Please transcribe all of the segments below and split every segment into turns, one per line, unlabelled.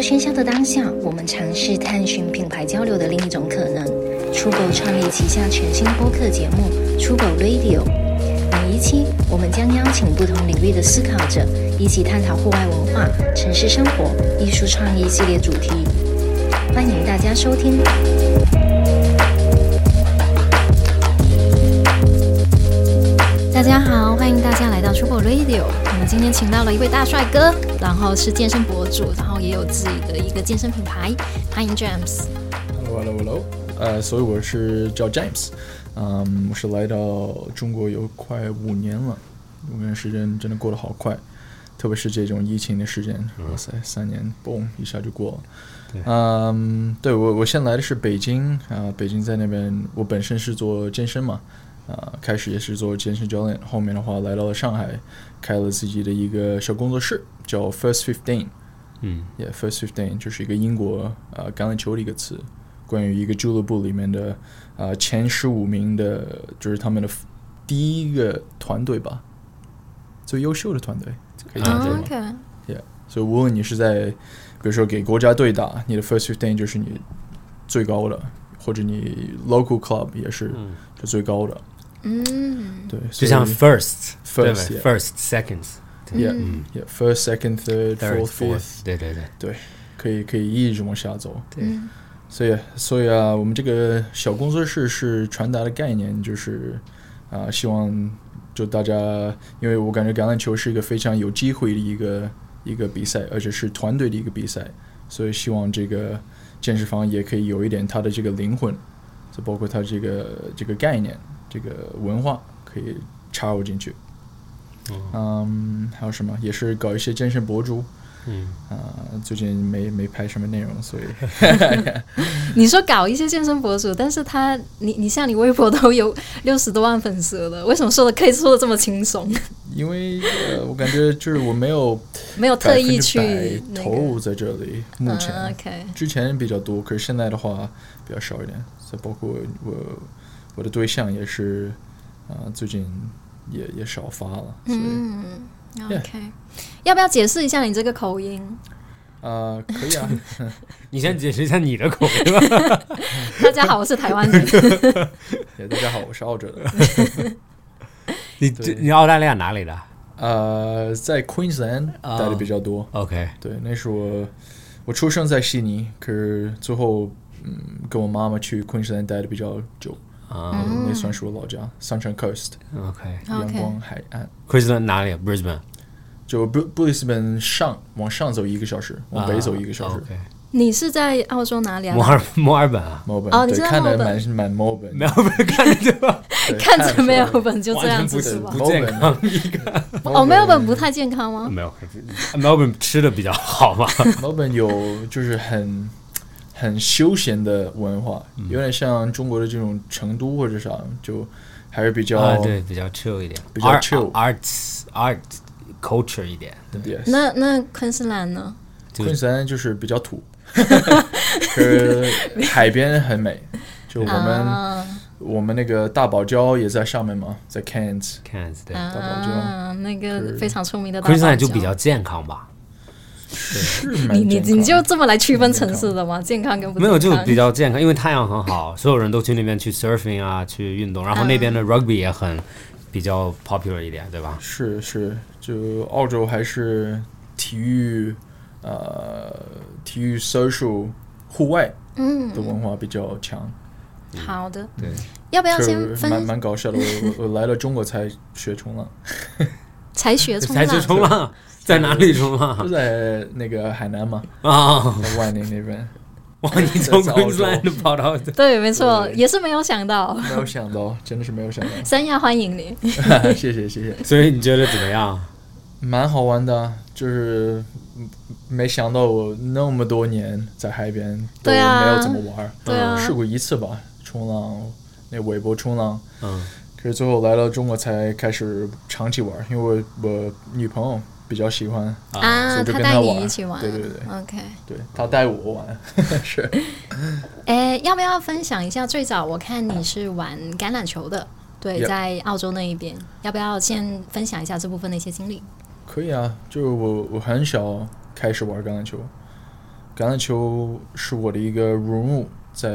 喧嚣的当下，我们尝试探寻品牌交流的另一种可能。出狗创立旗下全新播客节目《出狗 Radio》，每一期我们将邀请不同领域的思考者，一起探讨户外文化、城市生活、艺术创意系列主题。欢迎大家收听。大家好，欢迎大家来到出狗 Radio。我们今天请到了一位大帅哥，然后是健身博主，然后也有自己的一个健身品牌。欢迎 James。
Hello Hello Hello，呃，所以我是叫 James，嗯，我是来到中国有快五年了，五年时间真的过得好快，特别是这种疫情的时间，哇塞，三年嘣一下就过了。嗯，对我我先来的是北京啊、北京在那边，我本身是做健身嘛，啊、开始也是做健身教练，后面的话来到了上海，开了自己的一个小工作室，叫 First Fifteen。
嗯
，Yeah，First Fifteen 就是一个英国呃橄榄球的一个词，关于一个俱乐部里面的呃前十五名的，就是他们的第一个团队吧，最优秀的团队，可以这样讲吗。
哦 OK，
所以无论你是在，比如说给国家队打，你的 first fifteen 就是你最高的，或者你 local club 也是
嗯，
就最高的。
嗯，
对，
就像
所
first 对吧
First，yeah
first seconds
以 yeah
嗯
yeah first second third
third
fourth
fourth
fifth
对对对
可以可以一直往下走。
对，嗯
所以，所以啊，我们这个小工作室是传达的概念，就是啊、希望就大家，因为我感觉橄榄球是一个非常有机会的一个一个比赛，而且是团队的一个比赛，所以希望这个健身房也可以有一点它的这个灵魂，就包括它这个这个概念、这个文化可以插入进去。嗯，还有什么？也是搞一些健身博主
嗯，
啊、最近没没拍什么内容，所以。
你说搞一些健身博主，但是他，你你像你微博都有 六十多万粉丝了，为什么说的可以说的这么轻松？
因为呃，我感觉就是我没有
没有 特
百
意
分
去
之百
那个
投入在这里。目前、
嗯 OK，
之前比较多，可是现在的话比较少一点。再包括我我的对象也是，啊、最近也也少发了，所以
嗯，OK，要不要解释一下你这个口音？
啊、可以啊，
你先解释一下你的口味吧。
大家好，我是台湾人。
也大家好，我是澳洲的，
你
对
你澳大利亚哪里的
呃，在 Queensland
啊
待的比较多。
？OK，
对，那是我我出生在悉尼，可是最后嗯跟我妈妈去 Queensland 待的比较久。
啊
嗯那算是我老家，Sunshine Coast，阳
OK，
光海岸。
，OK，Queensland 嗯哪里？Brisbane，
就布布里斯本上往上走一个小时，往北走一个小时。
啊 OK，
你是在澳洲哪里
墨
啊？
尔墨尔本啊，
墨尔本
哦你
对，
是在
看
墨尔
着
本
蛮蛮墨尔本
墨，尔本看着对 吧？
对
看
着
着
是
没有本就这
完
样
全
子
不
是吧？
不健康一个。
哦，没有本不太健康 吗？
没有，墨尔本吃的比较好嘛。
墨尔本有就是很很休闲的文化，
嗯
有点像中国的这种成都或者啥，就还是比较
啊，对，比较 chill 一点，
哦比较 chill
art art culture 一点。
Yes
那那昆士兰呢？
就
昆山就是比 较土，可是海边很美。就我们、
啊
我们那个大堡礁也在上面嘛，在 Cairns，
Cairns 对
大堡礁
啊，那个非常出名的大堡
，Queensland
礁。
就比较健康嗯吧，
是蛮
你你
健康
你就这么来区分城市的吗？健康跟不
没有
健
就
康
比较健康，因为太阳很好，所有人都去那边去 surfing 啊，去运动，然后那边的 rugby 也很比较 popular 一点，对吧？
是是，就澳洲还是体育，呃，体育 social 户外
嗯
的文化比较强。
好的。
对，
要不要
就
嗯先
蛮
分
蛮搞笑的，我我我来了中国才学冲浪，
才学冲
才去
浪？
冲浪，在哪里冲浪
就在那个海南嘛，
啊？
在万宁那边，
哇，你从
在澳洲
Queensland 跑到
对，没错，
对
也是没有想到。
没有想到，真的是没有想到，
三亚欢迎你。
谢谢谢谢，
所以你觉得怎么样？
蛮好玩的，就是嗯没想到我那么多年在海边都
对啊
没有怎么玩儿，
对啊
试过一次吧，冲浪，那尾波冲浪。
嗯
可是最后来到中国才开始长期玩，因为我我女朋友比较喜欢，所以
啊，
我就
他
跟
带
他
你
玩
一起玩，
对对对
OK，
对她带我玩， 是
哎，要不要分享一下最早我看你是玩橄榄球的？对
Yeah
在澳洲那一边，要不要先分享一下这部分的一些经历？
可以啊。就是我我很小开始玩橄榄球，橄榄球是我的一个融入在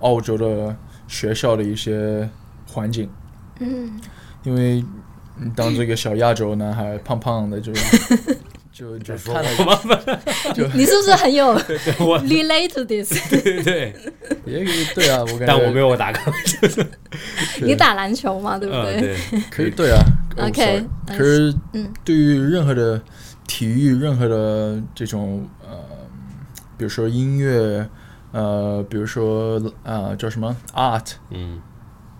澳洲的学校的一些环境，
嗯，
因为嗯当做一个小亚洲男孩，胖胖 的就就就
说
看了
我吗？
你是不是很有
我
relate to this？
对对，
也对啊，我感觉
但我没有我打过，
是
你打篮球嘛，对不
嗯
对？
对，
可以对啊
OK，
哦，sorry
嗯
可是
嗯
对于任何的体育，任何的这种呃，比如说音乐，呃，比如说啊、呃叫什么 art，
嗯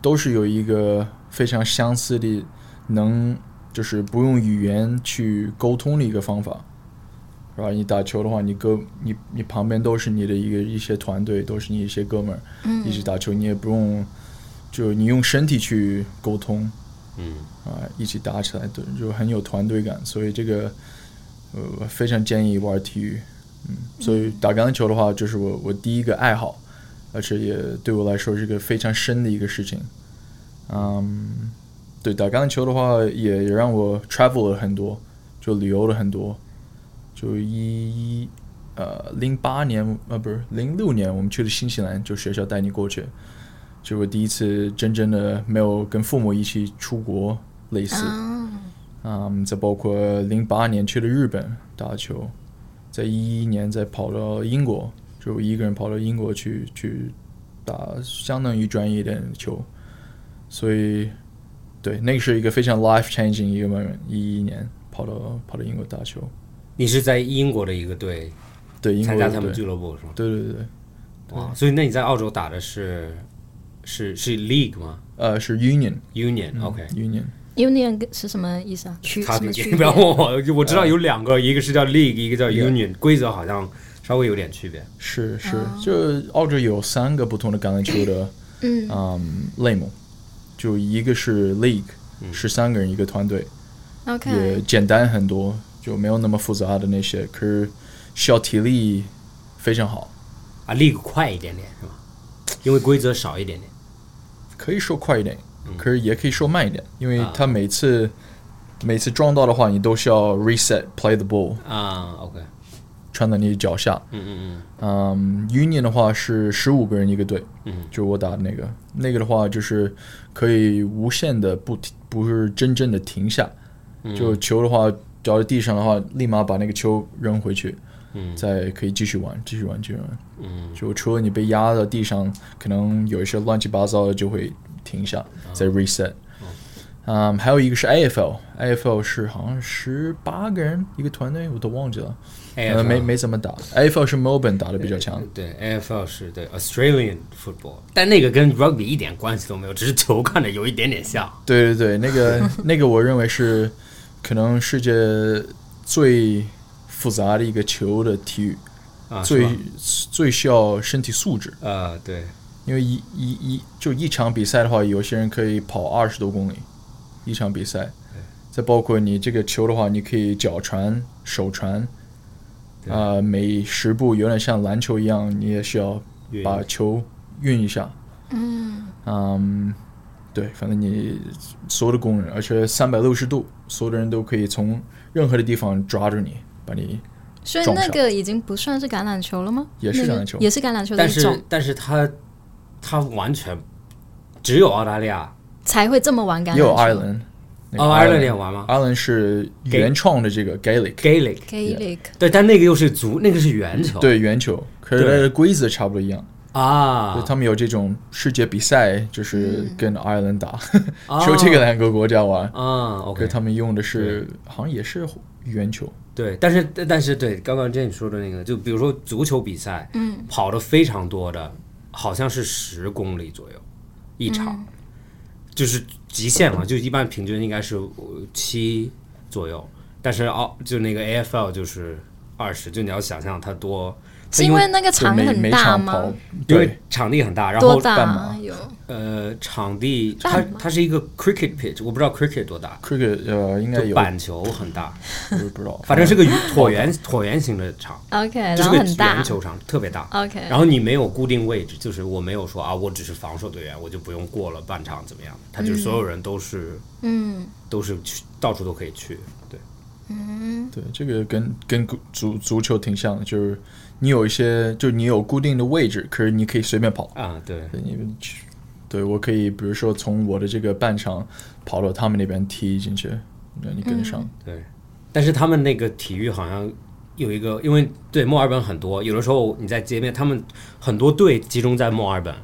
都是有一个非常相似的，能就是不用语言去沟通的一个方法。然后你打球的话，你哥你你旁边都是你的一个一些团队，都是你一些哥们儿、
嗯
一起打球，你也不用就你用身体去沟通
嗯
啊、一起打起来，对，就很有团队感。所以这个呃非常建议玩体育，嗯，所以打橄榄球的话，就是我我第一个爱好，而且也对我来说是一个非常深的一个事情。嗯，对，打橄榄球的话也也让我 travel 了很多，就旅游了很多。就一一呃零八年呃不是零六年，我们去了新西兰，就学校带你过去，就我第一次真正的没有跟父母一起出国，类似。
啊，
嗯，再包括零八年去了日本打球，在一一年再跑到英国，就一个人跑到英国去去打相当于专业一点的球，所以对那个是一个非常 life changing 一个 moment。一一年跑到跑到英国打球，
你是在英国的一个队
对英
参
国
加
的
他们
队，
俱乐部是吗？
对对对，
哇，所以那你在澳洲打的是是是 league 吗
呃是 Union，
？Union，OK。
Union，
Union 是什么意思啊？区
差
什么区
别，不
别嗯
要？问我，我知道有两个，一个是叫 league，一个叫 union，规则好像稍微有点区别。
是是，就澳洲有三个不同的橄榄球的
嗯
嗯类目，就一个是 league，十
嗯
三个人一个团队。也
，OK，
简单很多，就没有那么复杂的那些。可是需要体力非常好，
啊，league 快一点点是吧？因为规则少一点点。
可以说快一点，可是也可以说慢一点，因为
啊
他每次、每次撞到的话，你都需要 reset play the ball，
啊，OK，
穿到你的脚下。
嗯嗯
嗯，Union 的话是十五个人一个队，
嗯
就我打的那个，那个的话就是可以无限的不停不是真正的停下，
嗯
就球的话掉在地上的话，立马把那个球扔回去，
嗯
再可以继续玩，继续玩，继续玩。
嗯
就除了你被压到地上，可能有一些乱七八糟的就会停下，再 reset。嗯，还有一个是 AFL，AFL 是好像十八个人一个团队，我都忘记了，
嗯，
呃，没没怎么打。AFL 是 Melbourne 打的比较强，
对 AFL 是对 Australian football，但那个跟 rugby 一点关系都没有，只是球看着有一点点像。
对对对，那个那个，我认为是可能世界最复杂的一个球的体育，
啊，是
最
吧
最需要身体素质，
呃，对，
因为一一一就一场比赛的话，有些人可以跑二十多公里，一场比赛，再包括你这个球的话，你可以脚传、手传，
对
啊、每十步有点像篮球一样，你也需要
运
把球运一下。
嗯
嗯，对，反正你所有的工人，而且三百六十度，所有的人都可以从任何的地方抓住你，把你
所以
撞
那
上
个已经不算是橄榄球了吗？
也是
那
橄
个
榄球
也是橄榄球的
但
一种
是，但是他他完全只有澳大利亚，
才会这么玩橄榄球。
也有爱尔兰，那个
哦，
爱
爱
尔
尔兰
兰
也玩吗
爱尔兰是原创的这个 Gaelic，
？Gaelic，
Gaelic，
对，但那个又是足，那个是圆球。
对圆球，可是它的规则差不多一样。
啊
就，他们有这种世界比赛，就是
嗯
跟爱尔兰打， 只有
哦
这个两个国家玩。
啊
可是
，OK，
他们用的是好像也是圆球，
对，但是但是对，刚刚 James 说的那个，就比如说足球比赛，嗯，跑的非常多的，好像是十公里左右一场，
嗯
就是极限了，就一般平均应该是七左右，但是哦，就那个 AFL 就是二十，就你要想象它多，它
是因
为
为那个
就
场
每
很
每
大
场跑
吗？
因
对
为场地很大，然
多
后
大
半
啊
马？
有
呃场地
大
它
吗
它是一个 cricket pitch，我不知道 cricket 多大，
cricket 呃应该
就
有，
板球很大，
我也不知道，
反正是个椭圆椭圆形的场，
OK，
就
嗯然
是
后
个
很大哦
圆。球场，特别大。
OK，
然后你没有固定位置，就是我没有说啊，我只是防守队员，我就不用过了半场怎么样？他就是所有人都是
嗯
都是去到处都可以去，对，
嗯，对，这个跟跟足足球挺像的，就是你有一些，就你有固定的位置，可是你可以随便跑。
啊，对，
对，你们去，对我可以，比如说从我的这个半场跑到他们那边踢进去，让你跟
嗯
上。
对，但是他们那个体育好像有一个，因为对墨尔本很多，有的时候你在街边，他们很多队集中在墨尔本，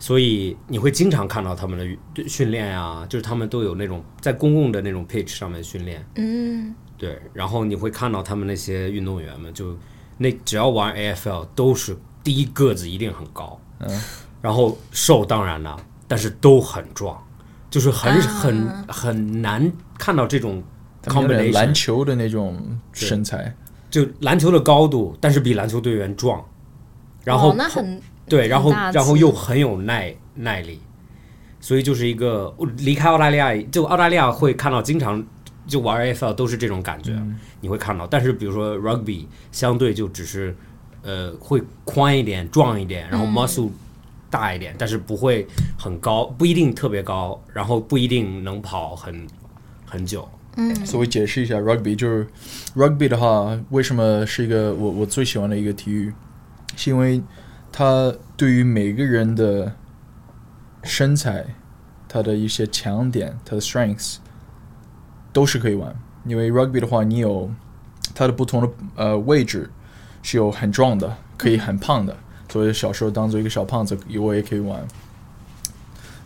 所以你会经常看到他们的运训练啊，就是他们都有那种在公共的那种 pitch 上面训练，
嗯，
对，然后你会看到他们那些运动员们，就那只要玩 AFL 都是第一个子一定很高，嗯，然后瘦当然了，但是都很壮，就是很、很很难看到这种
他们有点
combination
篮球的那种身材，
就篮球的高度，但是比篮球队员壮，然后、
哦、那很
对，然后
大
然后
气
又很有耐耐力，所以就是一个我离开澳大利亚，就澳大利亚会看到经常就玩 AFL 都是这种感觉，你会看到。但是比如说 rugby 相对就只是呃会宽一点、壮一点，
嗯
然后 muscle 大一点，但是不会很高，不一定特别高，然后不一定能跑很很久。
所以解释一下 rugby 就是 rugby 的话，为什么是一个我我最喜欢的一个体育，是因为它对于每个人的身材、他的一些强点、他的 strengths 都是可以玩。因为 rugby 的话，你有它的不同的呃位置是有很壮的，可以很胖的，所以小时候当做一个小胖子，我也可以玩。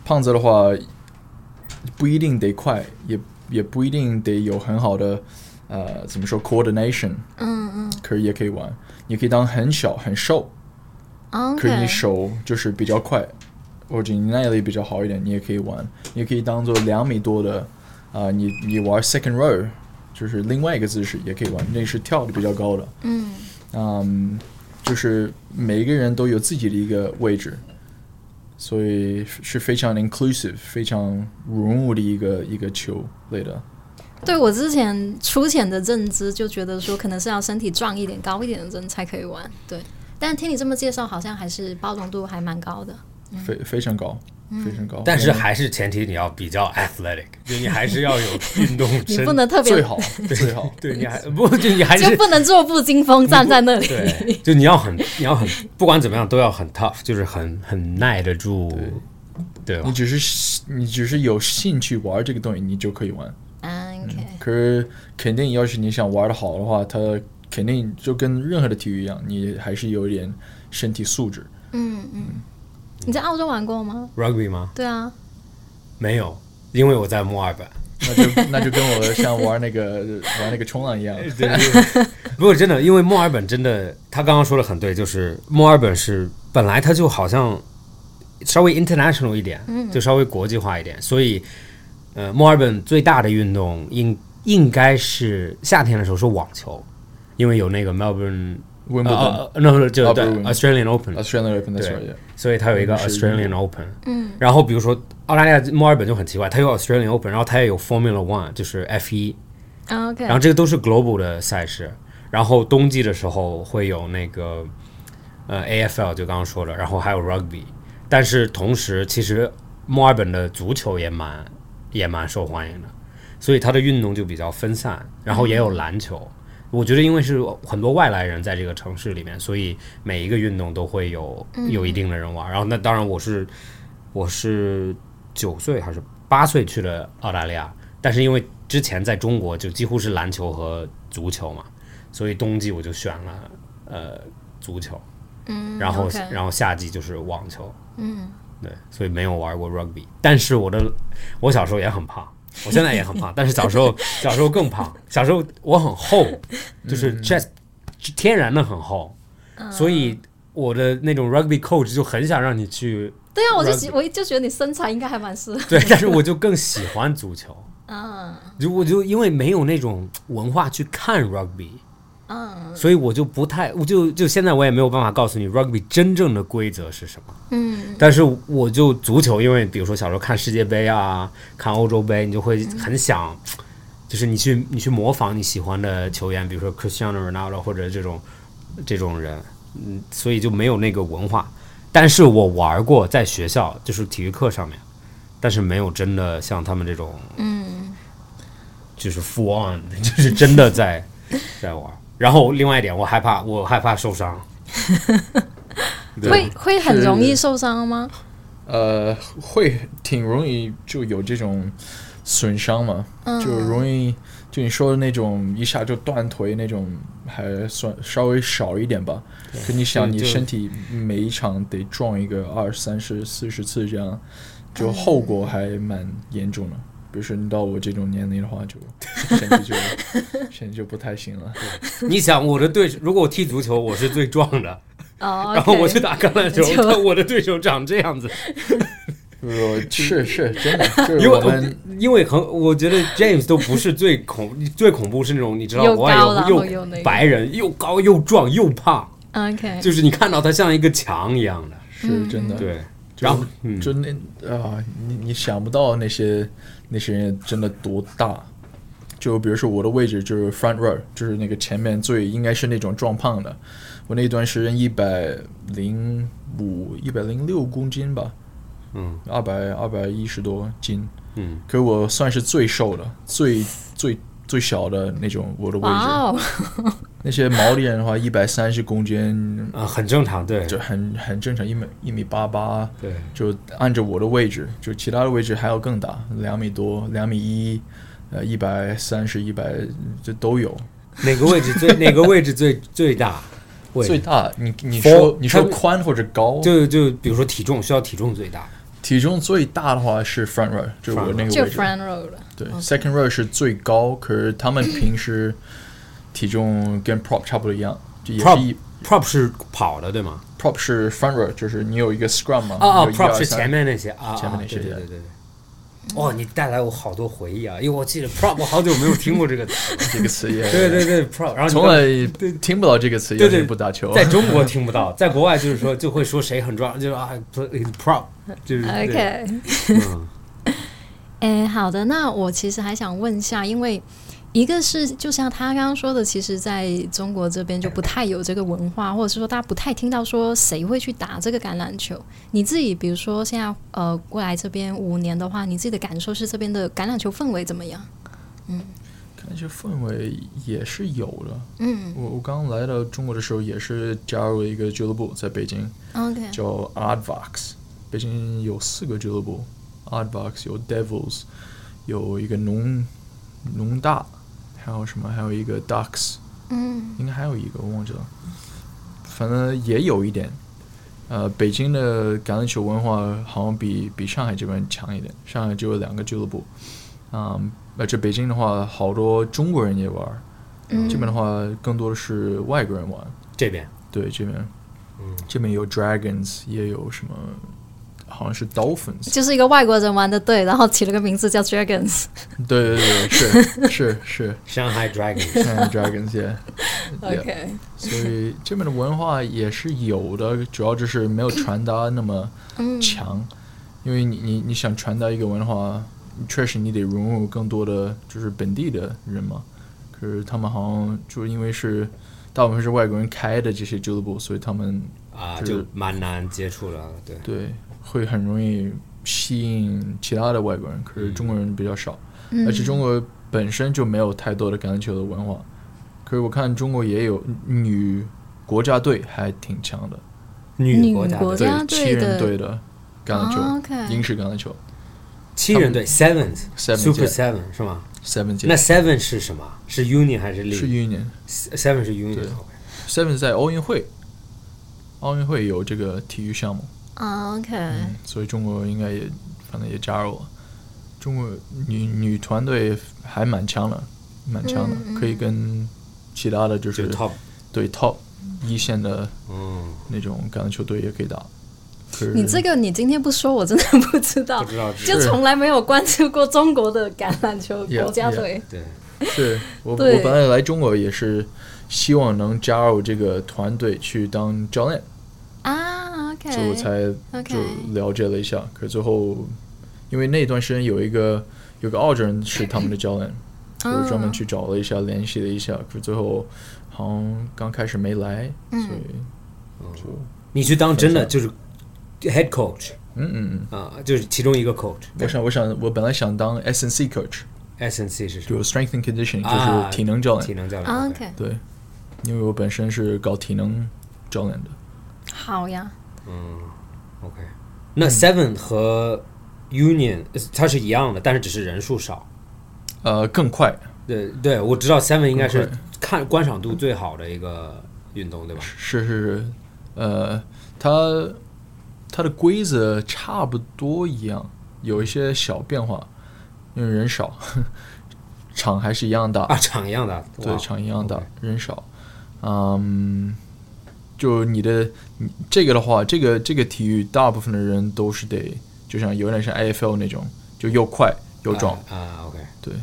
胖子的话，不一定得快，也也不一定得有很好的呃怎么说 coordination，
嗯嗯
可是也可以玩。你可以当很小很瘦，
嗯
可是
，OK，
你手就是比较快，或者你耐力比较好一点，你也可以玩。你也可以当做两米多的，啊、你你玩 second row，就是另外一个姿势也可以玩，那是跳的比较高的。
嗯
嗯，就是每一个人都有自己的一个位置，所以是非常 inclusive、非常融入的一个一个球类的。
对我之前粗浅的认知就觉得说，可能是要身体壮一点、高一点的人才可以玩。对，但听你这么介绍，好像还是包容度还蛮高的。
非非常高，非常高。
嗯但是
嗯
我们
还是前提你要比较 athletic，就你还是要 有运动
你
身
不能特别
最好最好，
对，你还不就你还
就是不能坐步惊风站在那里。
对，就你要很你要很不管怎么样都要很 tough，就是很很耐得住，对吧
你？只是你只是有兴趣玩这个东西，你就可以玩。
啊 OK，
嗯
可是肯定，要是你想玩的好的话，它肯定就跟任何的体育一样，你还是有一点身体素质。
你在澳洲玩过吗？
Rugby 吗？
对啊，
没有，因为我在墨尔本。
那就那就跟我像玩那个玩那个冲浪 一样，
不过真的，因为墨尔本真的，他刚刚说的很对，就是墨尔本是本来它就好像稍微 international 一点，就稍微国际化一点，所以呃，墨尔本最大的运动应应该是夏天的时候是网球，因为有那个 Melbourne
温布顿。
呃呃，no 就
啊
对
不是
Australian Open，
Australian Open 的
对
r
所以它有一个
是
Australian Open，嗯，然后比如说澳大利亚墨尔本就很奇怪，它有 Australian Open，然后它也有 Formula One，就是 F 一，
啊 OK，
然后这个都是 global 的赛事，然后冬季的时候会有那个呃 AFL，就刚刚说了，然后还有 rugby，但是同时其实墨尔本的足球也蛮也蛮受欢迎的，所以它的运动就比较分散，然后也有篮球。我觉得，因为是很多外来人在这个城市里面，所以每一个运动都会有有一定的人玩。然后，那当然我是我是九岁还是八岁去了澳大利亚，但是因为之前在中国就几乎是篮球和足球嘛，所以冬季我就选了呃足球，嗯，然后
OK
然后夏季就是网球，嗯，对，所以没有玩过 rugby，但是我的我小时候也很胖。我现在也很 胖，但是小时候小时候更胖。小时候我很厚，就是 chest 天然的很厚，所以我的那种 rugby coach 就很想让你去
对啊，我就喜
Rugby
我就觉得你身材应该还蛮适合。
对，但是我就更喜欢足 球。
嗯
就我就因为没有那种文化去看 rugby，
嗯
所以我就不太，我就就现在我也没有办法告诉你 rugby 真正的规则是什么。
嗯，
但是我就足球，因为比如说小时候看世界杯啊，看欧洲杯，你就会
嗯
很想，就是你去你去模仿你喜欢的球员，比如说 Cristiano Ronaldo 或者这种这种人，嗯，所以就没有那个文化。但是我玩过，在学校就是体育课上面，但是没有真的像他们这种，
嗯，
就是 full on，就是 真的在 在玩。然后另外一点，我害怕，我害怕受 伤。对
会会很
是
容易受伤吗？
呃，会挺容易就有这种损伤嘛，就容易就你说的那种一下就断腿那种，还算稍微少一点吧。可你想，
对
你
就
身体每一场得撞一个二三十、四十次这样，就后果还蛮严重的。比如说你到我这种年龄的话就，身体 就身体就不太行了。
你想，我的对手，如果我踢足球，我是最壮的，
哦，
然后
OK
我去打橄榄球，
就
但我的对手长 这样子，
我是是真 的，就是
因为
我们
因为很，我觉得 James 都不是最恐最恐怖是那种你知道，
又
国外
高然后
有
又那个哎
白人又高又壮又胖，
OK，
就是你看到他像一个墙一样的，
是真的。
对，
就
然后嗯，
就那啊，你你想不到那些那些人真的多大。就比如说我的位置就是 front row，就是那个前面最应该是那种壮胖的。我那段时间一百零五、一百零六公斤吧，
嗯，
二百二百一十多斤，
嗯，
可我算是最瘦的、最最最小的那种我的位置。
哇哦，
那些毛利人的话，一百三十公斤
啊，很正常，对
就很很正常，一米一米八八，
对，
就按着我的位置，就其他的位置还要更大，两米多、两米一，呃，一百三十、一百这都有。
哪个位置最哪个位置最最大？位
最大，你你
For-
说你说
他们
宽或者高，
就就比如说体重需要体重最大，
体重最大的话是 front row，就是我
Front
那个
就
位置。
front 嗯 row 了。
对，second row 是最高，可是他们平时体重跟 prop 差不多一样，就也
Prop-
是一
prop 是跑的对吗？
prop 是 front row，就是你有一个 scrum 嘛，
啊啊
嗯你有一
，prop
二
是
三
前面那些啊，啊
前面那些
对对
对
对对对。哦，你带来我好多回忆啊，因为我记得 prop 我好久没有听过这个 词，
这个 词也
对对对，prop，然后你
从
刚
来听不到这个词，
对
也
对
是不打球。
在中国听不到， 在国外就是说就会说谁很壮，就是啊，prop，就是对
OK，
嗯
哎，好的，那我其实还想问一下，因为一个是就像他刚刚说的，其实在中国这边就不太有这个文化，或者是说大家不太听到说谁会去打这个橄榄球。你自己比如说现在呃过来这边五年的话，你自己的感受是这边的橄榄球氛围怎么样？
感觉氛围也是有的。
嗯
我我刚来到中国的时候，也是加入了一个俱乐部，在北京
，OK，
叫 Advox。北京有四个俱乐部，Advox 有 Devils，有一个农农大，还有什么？还有一个 Ducks，
嗯
应该还有一个我忘记了，反正也有一点。呃，北京的橄榄球文化好像比比上海这边强一点，上海就有两个俱乐部，嗯，而且北京的话，好多中国人也玩儿，这边的话更多的是外国人玩，
这边
对这边，
嗯
这边有 Dragons，也有什么，好像是 Dolphins，
就是一个外国人玩的队，然后起了个名字叫 Dragons。
对对对，是是是，
上海 dragon，
现在 Dragons 也 Yeah
OK，
所以这边的文化也是有的，主要就是没有传达那么
嗯
强，因为你你你想传达一个文化，确实你得融入更多的就是本地的人嘛。可是他们好像就因为是大部分是外国人开的这些俱乐部，所以他们
啊，
就是
就蛮难接触了，对，
对会很容易吸引其他的外国人，可是中国人比较少，而且中国本身就没有太多的橄榄球的文化。可是我看中国也有女国家队还挺强的，
女
女
国家
国
队
家
对，七人
队
队的橄榄球，
啊，OK
英式橄榄球
七人队 sevens
嗯 Sevens，
super
yeah
seven 是吗？
，seven
那 seven 是什么？是 union 还是
是
league？
union
seven 是 union，
对 seven 在奥运会，奥运会有这个体育项目，
啊，OK，
嗯，所以中国应该也反正也加入了。中国女女团队还蛮强的，蛮强的，
嗯
可以跟其他的就
就是 top，
对 top 一线的
嗯，
那种橄榄球队也可以打。可是
你这个你今天不说，我真的不知 道
不，知道
哦就从来没有关注过中国的橄榄球
Yeah,
国家队。
对，
是我我
对
本来来中国也是希望能加入这个团队去当教练，
啊，OK，
所以我才
OK
就了解了一下。可最后，因为那段时间有一个有个澳洲人是他们的教练，我专门去找了一下，联系了一下，可最后好像刚开始没来，所以就
你去当真的就是 head coach
嗯嗯嗯，
啊，就是其中一个 coach，
我想我想我本来想当 S N C coach，
S N C 是什么？
有 strength and conditioning，就
啊
是体能教
体
练。
能教练。
啊
OK
，OK，
对，因为我本身是搞体能教练的。
好呀，
OK，那
嗯
Seven 和 Union 呃它是一样的，但是只是人数少。
呃，更快
对对，我知道 Seven 应该是
更
看观赏度最好的一个运动，对吧？
是是是，呃，它它的规则差不多一样，有一些小变化，因为人少， 场还是一样大，
啊，场一样的，
对，
哇
场一样大
OK，
人少，嗯，就你的你这个的话，这个这个体育大部分的人都是得，就像有点像 AFL 那种，就又快又壮，
啊啊，OK，
对，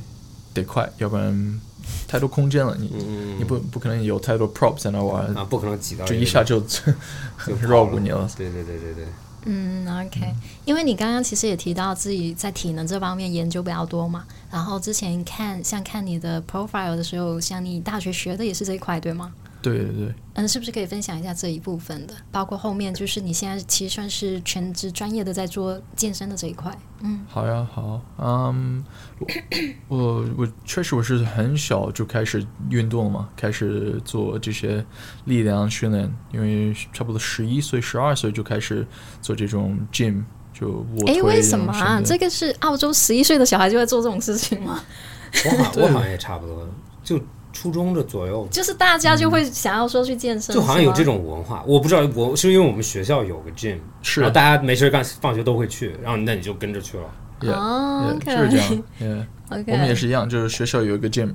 得快，要不然太多空间了，你、
嗯
你不不可能有太多 prop 在那玩，
啊，不可能挤到
就
个
一下就
就跑
绕
了
五年了。
对对对对对，
嗯，OK，因为你刚刚其实也提到自己在体能这方面研究比较多嘛，然后之前看像看你的 profile 的时候，像你大学学的也是这一块，对吗？
对对对，
嗯，是不是可以分享一下这一部分的？包括后面就是你现在其实算是全职专业的在做健身的这一块。
好呀好，嗯，我我我确实我是很小就开始运动了嘛，开始做这些力量训练，因为差不多十一岁、十二岁就开始做这种 gym，就卧推这种
诶，
训练。
为什么啊？这个是澳洲十一岁的小孩就会做这种事情吗？
我好我好像也差不多，就初中的左右，
就是大家就会想要说去健
嗯
身，
就好像有
是吗
这种文化。我不知道，我是因为我们学校有个 gym，
是
然
哦
后大家没事儿干，放学都会去，然后那你就跟着去了。
yeah,
哦
yeah,
，OK，
就是这 样。Yeah.
OK，
我们也是一样，就是学校有一个 gym，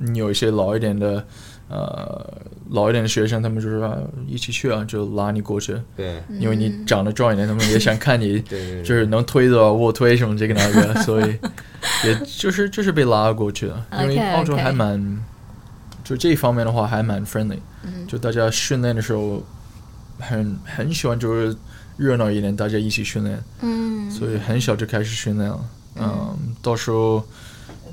你有一些老一点的，呃，老一点的学生，他们就是、啊、一起去啊，就拉你过去，
对
因为你长得壮一点，他们也想看你
对对对，
就是能推的卧推什么这个那个，所以也就是就是被拉过去的，因为
OK，OK
澳洲还蛮就这一方面的话还蛮 friendly，就大家训练的时候很很喜欢就是热闹一点，大家一起训练，
嗯
所以很小就开始训练了。嗯，到时候，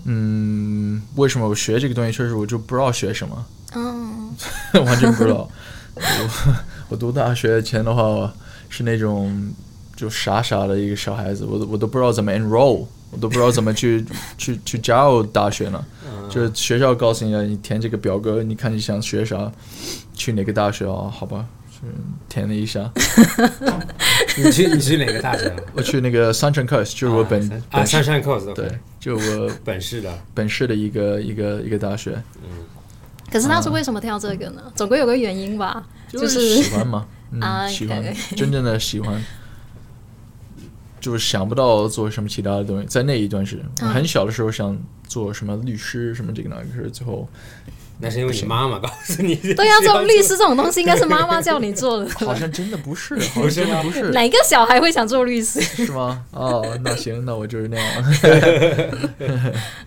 嗯，为什么我学这个东西，确实我就不知道学什么，
嗯，
完全不知道。我 我读大学前的话是那种就傻傻的一个小孩子，我都我都不知道怎么 enroll，我都不知道怎么去 去去加入大学呢。
嗯
就是学校告诉你，你填这个表格，你看你想学啥，去哪个大学啊？好吧，就填了一下，
你去你去哪个大学啊？
我去那个 Sunshine Coast，就是 我本、
啊
本市、
，Sunshine Coast，
对，就我
本市的。
本市的一个一个一个大学，
可是当
啊
时为什么跳这个呢？总归有个原因 吧，就是
喜欢 嘛，
啊
嗯，喜欢
OK，
真正的喜欢，就是想不到做什么其他的东西。在那一段
啊
时间，我很小的时候想做什么律师什么这个那个，可是最后
那是因为你妈妈告诉你。
对啊呀、这种律师这种东西应该是妈妈叫你做的。
好像真的不 是，好像真的不是，
哪个小孩会想做律师
是吗？哦，那行，那我就是那样。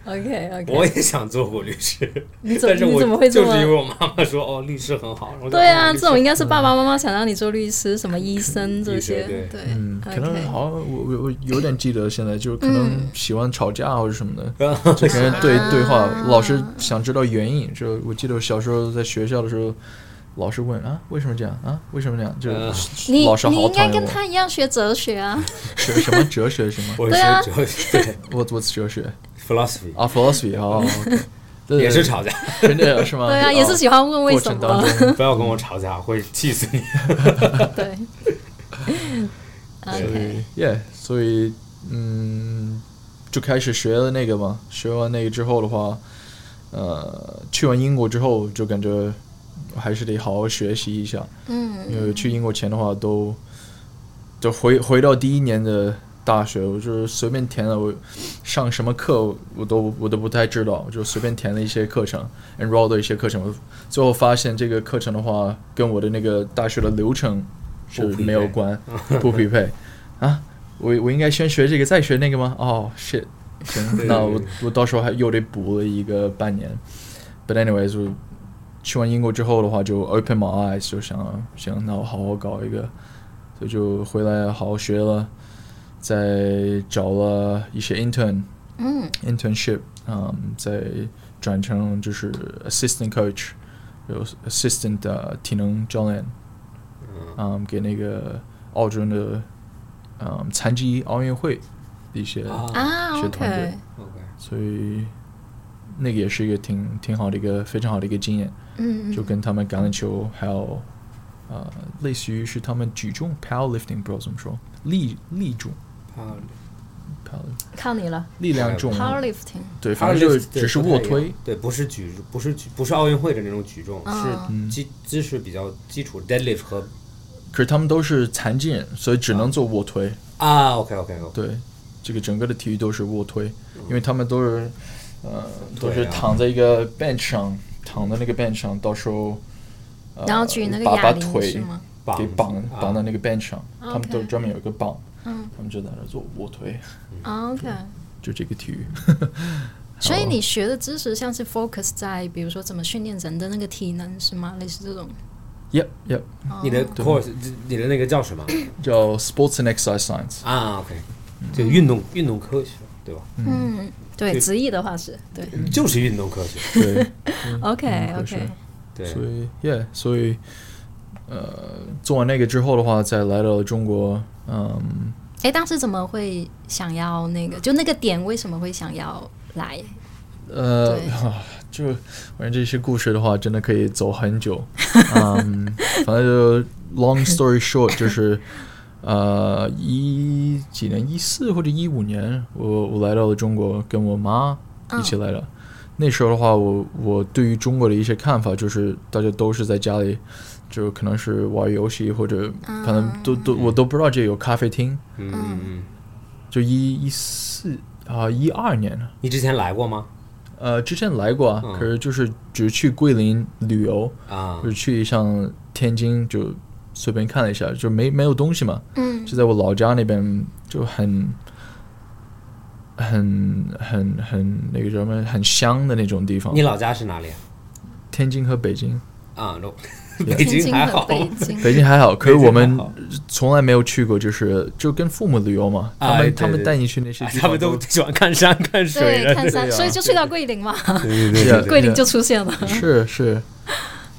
？OK
我
OK，
也想做过律师，
你怎
但是
么
我
你怎么会这
就是因为
么？
我妈妈说哦，律师很好。然后我就
对啊，
哦律
这
师
种应该是爸爸妈妈想让你做律师、什么医生这些
医生，
对
嗯，可能
，OK，嗯
好像我我我有点记得，现在就是可能喜欢吵架或者什么的，就 跟人对对话，老师想知道原因。就我记得我小时候在学校的时候，老师问啊为什么这样啊为什么这样，就
嗯
你
老师
你
好
应
讨
该
厌
跟
我。
他一样学哲学啊。
什什么哲 学是吗
我
对啊
学哲学对
？What What's 哲学
philosophy
啊？Philosophy 哦，OK 对
也是，吵架，
真的是吗？
对啊，也是
哦
喜欢问为
过
什
程
么
当。中，
不要跟我吵架，会气死你。
对。OK，
耶，所以嗯，就开始学了那个嘛。学完那个之后的话，呃，去完英国之后就感觉还是得好好学习一下，
嗯
因为去英国前的话都就回回到第一年的大学，我就是随便填了，我上什么课我都我都不太知道，我就随便填了一些课程，enroll 的一些课程，我最后发现这个课程的话跟我的那个大学的流程是
不匹配
没有关，不匹配啊，我我应该先学这个再学那个吗？哦、shit，行，那我我到时候还又得补了一个半年，but anyways 我。去完英国之后的话，就 open my eyes，就想行，那我好好搞一个，所以就回来好好学了，再找了一些 intern
嗯
internship，嗯，再转成就是 assistant coach，有 assistant 的体能教练，嗯，给那个澳洲的嗯残疾奥运会的一些
啊
啊
学团队
，OK，
，OK，
所以那个也是一个挺挺好的一个非常好的一个经验，
嗯
就跟他们橄榄球还有呃，类似于是他们举重 powerlifting 不知道怎么说，力力重
啊，
power
靠你了
力量重，啊
，powerlifting，
对，反正就是只是卧推，，
对，不是举，不是举，不是奥运会的那种举重，是
嗯
基姿势比较基础 deadlift 和
可是他们都是残疾人，所以只能做卧推。
啊，OK OK OK，
对，这个整个的体育都是卧推，因为他们都是呃都是
腿啊
躺在一个 bench 上，躺在那个 bench 上，到时候、呃、
然后举那个
把
哑
把
铃
腿
是吗？
给绑
啊
绑到那个 bench 上，他们都
OK
专门有一个棒，
嗯
他们就在那做卧推，
啊，OK。
就这个体育。
嗯
所以你学的知识像是 focus 在，比如说怎么训练人的那个体能是吗？类似这种。
Yep, yep，
哦
你的 course，你的那个叫什么
叫 Sports and Exercise Science。
啊？OK，就运动运动科学，对吧？
嗯，对，直译的话是对。
嗯
就是运动科学，
对，嗯
OK
科学
OK，
对
所以，yeah，所以，呃，做完那个之后的话，再来到了中国，嗯，
哎，当时怎么会想要那个？就那个点为什么会想要来？
呃
对，
啊 就反正这些故事的话，真的可以走很久。嗯，反正就 long story short，就是呃一几年，一四或者一五年，我我来到了中国，跟我妈一起来了。那时候的话，我我对于中国的一些看法，就是大家都是在家里，就可能是玩游戏或者反正都都我都不知道这有咖啡厅。
嗯嗯嗯，
就一一四啊一二年
你之前来过吗？
呃，之前来过啊，
嗯
可是就是只去桂林旅游，
啊
就是去像天津就随便看了一下，就没没有东西嘛，
嗯
就在我老家那边就很很很很那个什么很香的那种地方
你，老家是哪里啊？
天津和北京，
啊，no，
对
北
天
京
津
还
和
好，
北京，
北京还好，可是我
还
们
好
从来没有去过，就是就跟父母旅游嘛，他
哎
们
对
他们
对
带你去那些地
他
方
们都喜欢看山看水
对，
的，
看山，
对啊
所以就去到桂林嘛，
对
对对对
桂林就出现了。
是是，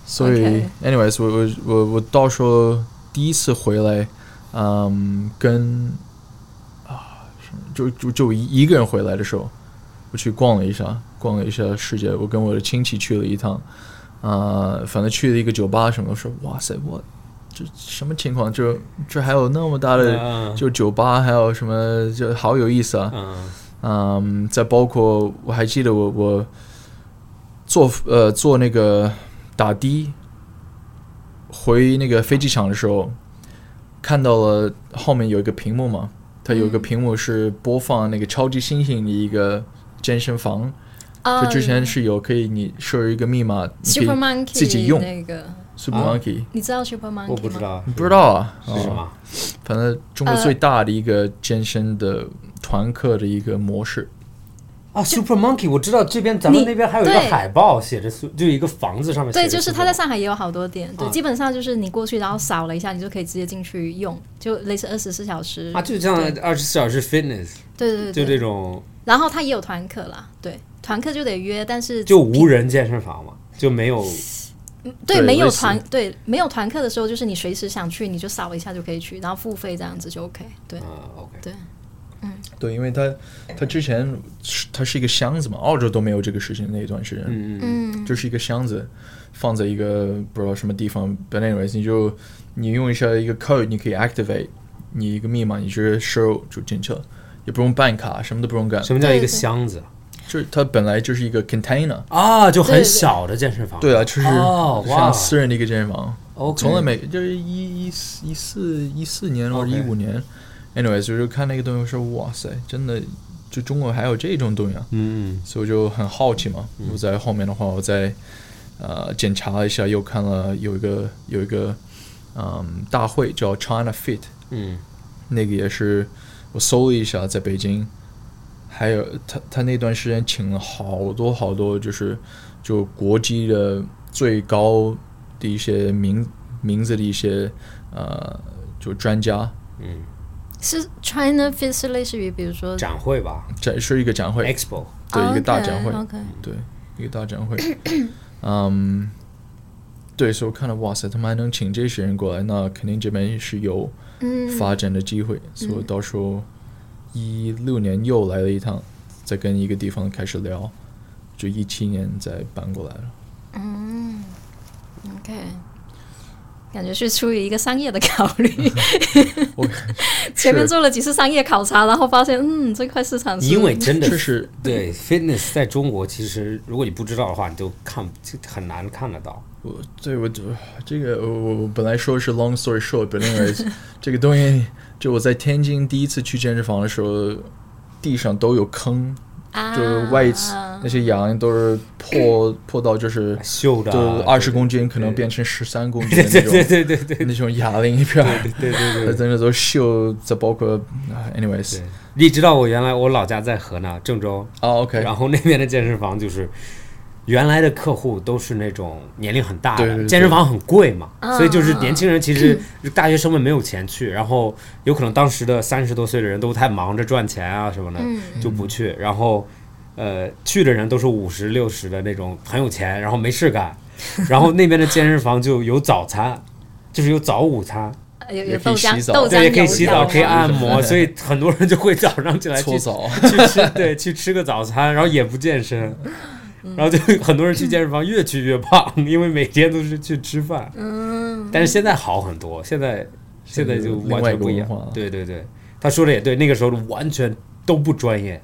所以
OK
，anyways，我我我我到时候第一次回来，嗯，跟啊，什么就就就一一个人回来的时候，我去逛了一下，逛了一下世界，我跟我的亲戚去了一趟，啊、反正去了一个酒吧什么，我说哇塞，我这什么情况？这这还有那么大的、
嗯
就酒吧，还有什么就好有意思啊！
嗯
嗯，再包括我还记得我我坐呃坐那个打的回那个飞机场的时候，看到了后面有一个屏幕嘛，它有一
嗯
个屏幕是播放那个超级猩猩的一个健身房，
啊
就之前是有可以你设一个密码，你可以
Super Monkey
自己用
那个，
Super
啊
Monkey，、
你知道 Super Monkey 吗？
我不知。道，
你不知道啊？
是什么？
反正中国
呃
最大的一个健身的团课的一个模式。
啊，Super Monkey，我知道这边咱们
你
那边还有一个
对
海报，写着 su- 就一个房子上面写着
对，就是它在
Super
上海也有好多店，对，
啊
基本上就是你过去然后扫了一下，你就可以直接进去用，就类似二十四小时
Monkey 啊，就像二十四小时 fitness，
对对
就
对
这
对。
种
然后它也有团课啦，对，团课就得约，但是
就无人健身房嘛，就没有
对
对
没有
类似
团对没有团课的时候，就是你随时想去你就扫一下就可以去，然后付费这样子就 OK，对
啊，OK，
对，因为它它之前是它是一个箱子嘛，澳洲都没有这个事情那一段时间，
嗯嗯
嗯，
就是一个箱子放在一个不知道什么地方，but anyways，你就你用一下一个 code，你可以 activate 你一个密码，你直接输入就进去了，也不用办卡，什么都不用干
嗯，，什么叫一
对
个
对
箱子
就是它本来就是一个 container。
啊？就很
对
小的健身房，
对啊，就是
哦哇嗯
像私人的一个健身房，
，OK，
从来没就是一一四一四一四年或者
OK
一五年，anyways，就是看那个东西我说哇塞，真的就中国还有这种东西啊，
嗯，
所以我就很好奇嘛。我在后面的话，我再呃检查了一下，又看了有一个有一个嗯大会叫 China Fit，
嗯
那个也是我搜了一下，在北京，还有他他那段时间请了好多好多，就是就国际的最高的一些名名字的一些呃就专家，
嗯
是 China Fit 是类似于比如说
嗯，展会吧
展是一个展会，
，Expo，
对一个
哦
大展会。
OK，
对，一个大展会。 嗯，对，所以我看到，哇塞，他们还能请这些人过来，那肯定这边是有
嗯，
发展的机会。所以到时候一六年又来了一趟，再跟一个地方开始聊，就一七年再搬过来了。
嗯，OK，感觉是出于一个商业的考 虑。
我
前面
是
做了几次商业考察，然后发现，嗯，这块市场是
因为真的
这是
对 fitness 在中国，其实如果你不知道的话，你就看不就很难看得到。
我对我就这个我我我本来说是 long story short，but anyways，这个东西就我在天津第一次去健身房的时候，地上都有坑，
啊，
就是外侧那些羊都是破破到就是
秀的啊
都二十公斤，可能
对
变成十三 公斤
对
的那
对
种
对对对对
那种哑铃一片儿，
对对 对。
真的都秀，再包括啊，anyways，
对你知道我原来我老家在河南郑州，
哦，OK，
然后那边的健身房就是原来的客户都是那种年龄很大的，
对对对
健身房很贵嘛，
嗯
所以就是年轻人其实大学生们没有钱去，然后有可能当时的三十多岁的人都太忙着赚钱啊什么的，
嗯
就不去，然后。呃，去的人都是五十六十的那种很有钱，然后没事 干，然后那边的健身房就有早餐，就是有早午餐，
有
也
有
可
豆
以
浆
洗澡，
豆
对
浆
对，也可以
油
洗
条
澡，可以
啊
按 摩，所以很多人就会早上起来
搓
去
澡，
去吃，对，去吃个早餐，然后也不健身，
嗯
然后就很多人去健身房越去越胖，因为每天都是去吃饭。
嗯，
但是现在好很多，现在现
现在
在
有
就
另
完
外一
全
个
不一
文
样
化了。
对对对，他说的也对，那个时候完全都不专业，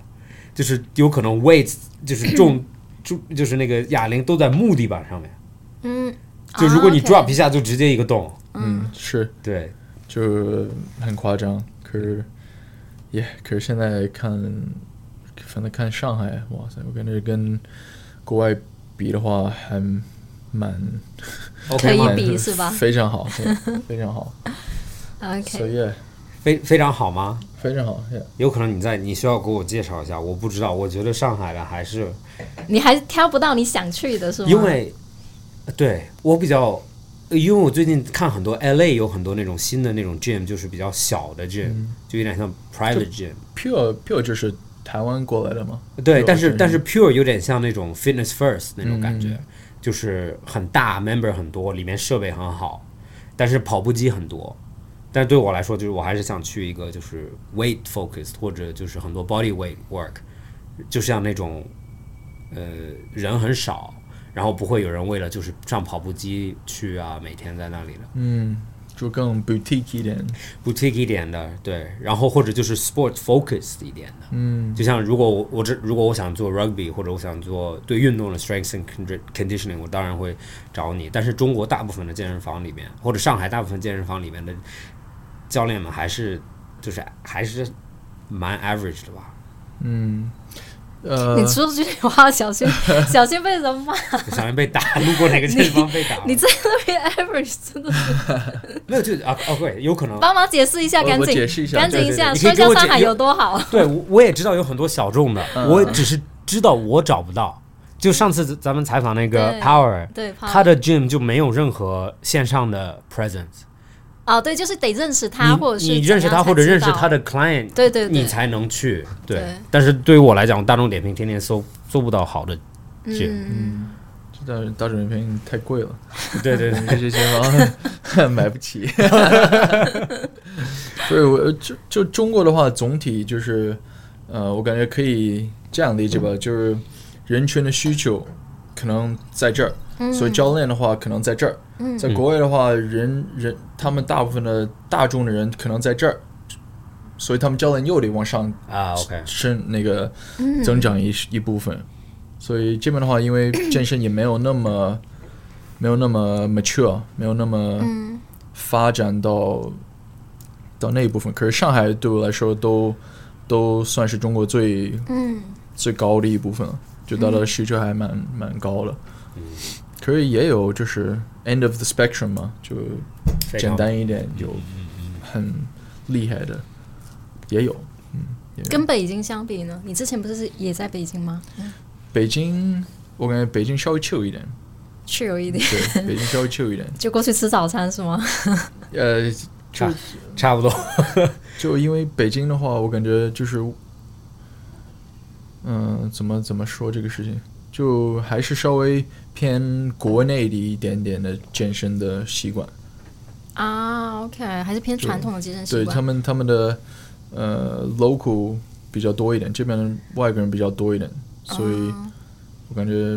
就是有可能 weights 就是 重重就是那个哑铃都在木地板上面，
嗯，
就如果你
OK
drop 一下就直接一个洞，
嗯，是，
对，
就很夸张。可是，也、可是现在看，反正看上海，哇塞，我感觉跟国外比的话，还蛮
可
OK
以
吗？
比是吧
非常好， 对非常好，所
OK，
以
非非常好吗？
非常好。Yeah.
有可能你在你需要给我介绍一下，我不知道，我觉得上海的还是
你还挑不到你想去的是吗？
因为，对我比较，因为我最近看很多 LA 有很多那种新的那种 gym，就是比较小的 gym，、就有点像 private gym。
Pure Pure 就是台湾过来的嘛，
对，
Pure
但是
健身
但是 Pure 有点像那种 Fitness First 那种感觉，
嗯
就是很大，member 很多，里面设备很好，但是跑步机很多。但是对我来说，就是我还是想去一个就是 weight focused，或者就是很多 body weight work，就像那种呃人很少，然后不会有人为了就是上跑步机去啊，每天在那里的。
嗯，就更 boutique 一点，
boutique 一点的，对，然后或者就是 sport focused 一点的，
嗯，
就像如果我我这如果我想做 rugby 或者我想做对运动的 strength and condi- conditioning，我当然会找你，但是中国大部分的健身房里面，或者上海大部分健身房里面的教练们还是就是还是蛮 average 的吧，
嗯，呃，
你说出去的话，小心小心被人骂。
就小心被打，路过哪个健身房被打了，
你在那边 average 真的是，
没有就啊哦对，有 可能
帮忙解释一下，
我
赶
我
紧
解释一下
赶紧一
对对对
下，说一
你可以给
下
我
上海
解
有多好。
对，我我也知道有很多小众的，我只是知道我找不到。就上次咱们采访那个
对
Power，
对，怕
他的 gym 就没有任何线上的 presence，
哦，对，就是得认识他，或者
你你
是
认识
怎
他
样才
或者认识
知道
他的 client，
对对对
你才能去。对
对，
但是对于我来讲，大众点评天天搜搜不到好的 gym，
嗯，
大大众点评太贵了，
对对对，
这些健房买不起。对，我就就中国的话，总体就是，呃，我感觉可以这样理解吧，就是人群的需求可能在这儿，所以教练的话可能在这儿，在国外的话，人人他们大部分的大众的人可能在这儿，所以他们教练又得往上
啊，OK，
是那个增长一、一部分，所以这边的话，因为健身也没有那么没有那么 mature，没有那么发展到到那一部分。可是上海对我来说都都算是中国最
嗯
最高的一部分了，就它的需求还蛮、蛮高的。可是也有就是 end of the spectrum 嘛，就
非常
简单一点，有很厉害的也有。
跟北京相比呢，你之前不是也在北京吗？
北京，我感觉北京稍微 chill 一点，
去有一点，
对， 北京稍微 chill 一点。
就过去吃早餐是吗？
呃，
差差不多，
就因为北京的话，我感觉就是，嗯、怎么怎么说这个事情，就还是稍微偏国内的一点点的健身的习惯。
啊，OK，还是偏传统的健身习
对
惯
他。们他们的呃 local 比较多一点，这边的外国人比较多一点，所以
哦
我感觉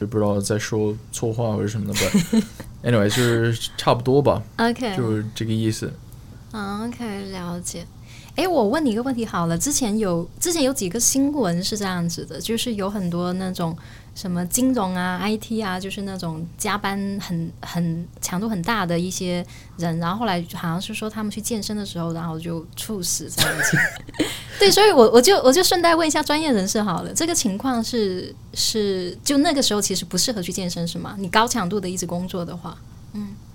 也不知道在说错话或者什么的吧。but anyway，就是差不多吧，
OK，
就是这个意思。
o k 嗯了解。哎，我问你一个问题好了，之前有之前有几个新闻是这样子的，就是有很多那种什么金融啊、IT 啊，就是那种加班很很强度很大的一些人，然后后来好像是说他们去健身的时候，然后就猝死这样 子。对，所以我我就我就顺带问一下专业人士好了，这个情况是是就那个时候其实不适合去健身是吗？你高强度的一直工作的话，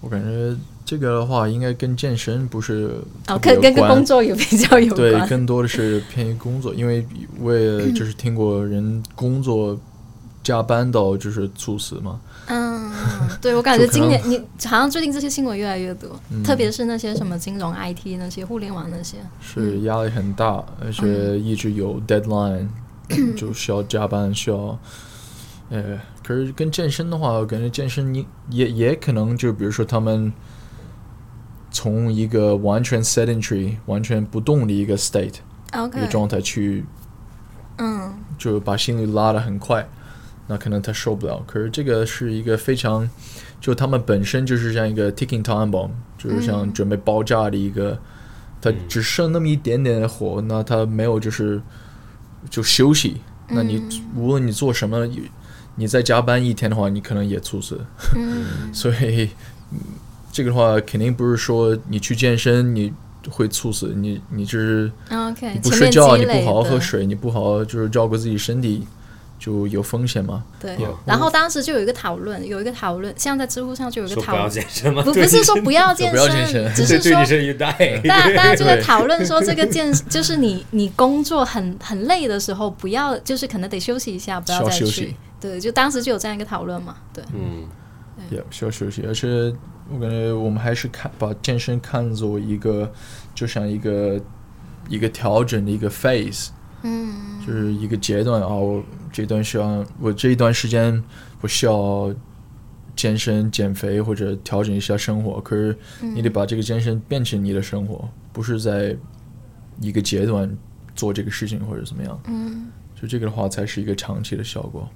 我感觉这个的话，应该跟健身不是特
哦，
别
跟
有
跟跟
关
工作有比较有
对，
关。
更多的是偏于工作，因为我也就是听过人工作加班到就是猝死嘛。
嗯，对，我感觉
就可
今
能嗯
年你好像最近这些新闻越来越多，特别是那些什么金融、IT 那些互联网那些。
是压力很大，而且一直有 deadline，、就需要加班，需要，呃，可是跟健身的话，我感觉健身也也也可能就比如说他们从一个完全 sedentary、完全不动的一个 state 一
OK，
个状态去，
嗯
就把心率拉得很快，那可能他受不了。可是这个是一个非常，就他们本身就是像一个 ticking time bomb，就是像准备爆炸的一个，它只剩那么一点点的火，那它没有就是就休息，那你无论你做什么，你再加班一天的话，你可能也猝死。
嗯
所以嗯这个的话，肯定不是说你去健身你会猝死，你你就是。
嗯，OK，
你不
前
睡
面积
觉，啊你不
累
好好
的
喝，水，你不好好就是照顾自己身体，就有风险嘛。
对
有。
然后当时就有一个讨论，有一个讨论，像在知乎上就有一个
说
讨
不要
论，
健身 吗？
不
对
不是说不要
就
健
不要健身
只
对
是
对
说
你是一 代，
大 家大家就在
对
讨论说，这个健 就是你你工作很很累的时候，不要就是可能得休息一下，不要
需要
再
休
去
息。
对，就当时就有这样一个讨论嘛。对，
嗯，
也需要休息，而且我感觉我们还是看把健身看作一个，就像一个一个调整的一个 phase，
嗯
就是一个阶段啊。我这段需要，我这一段时间我需要健身、减肥或者调整一下生活。可是你得
嗯
把这个健身变成你的生活，不是在一个阶段做这个事情或者怎么样。
嗯。
就这个的话，才是一个长期的效果。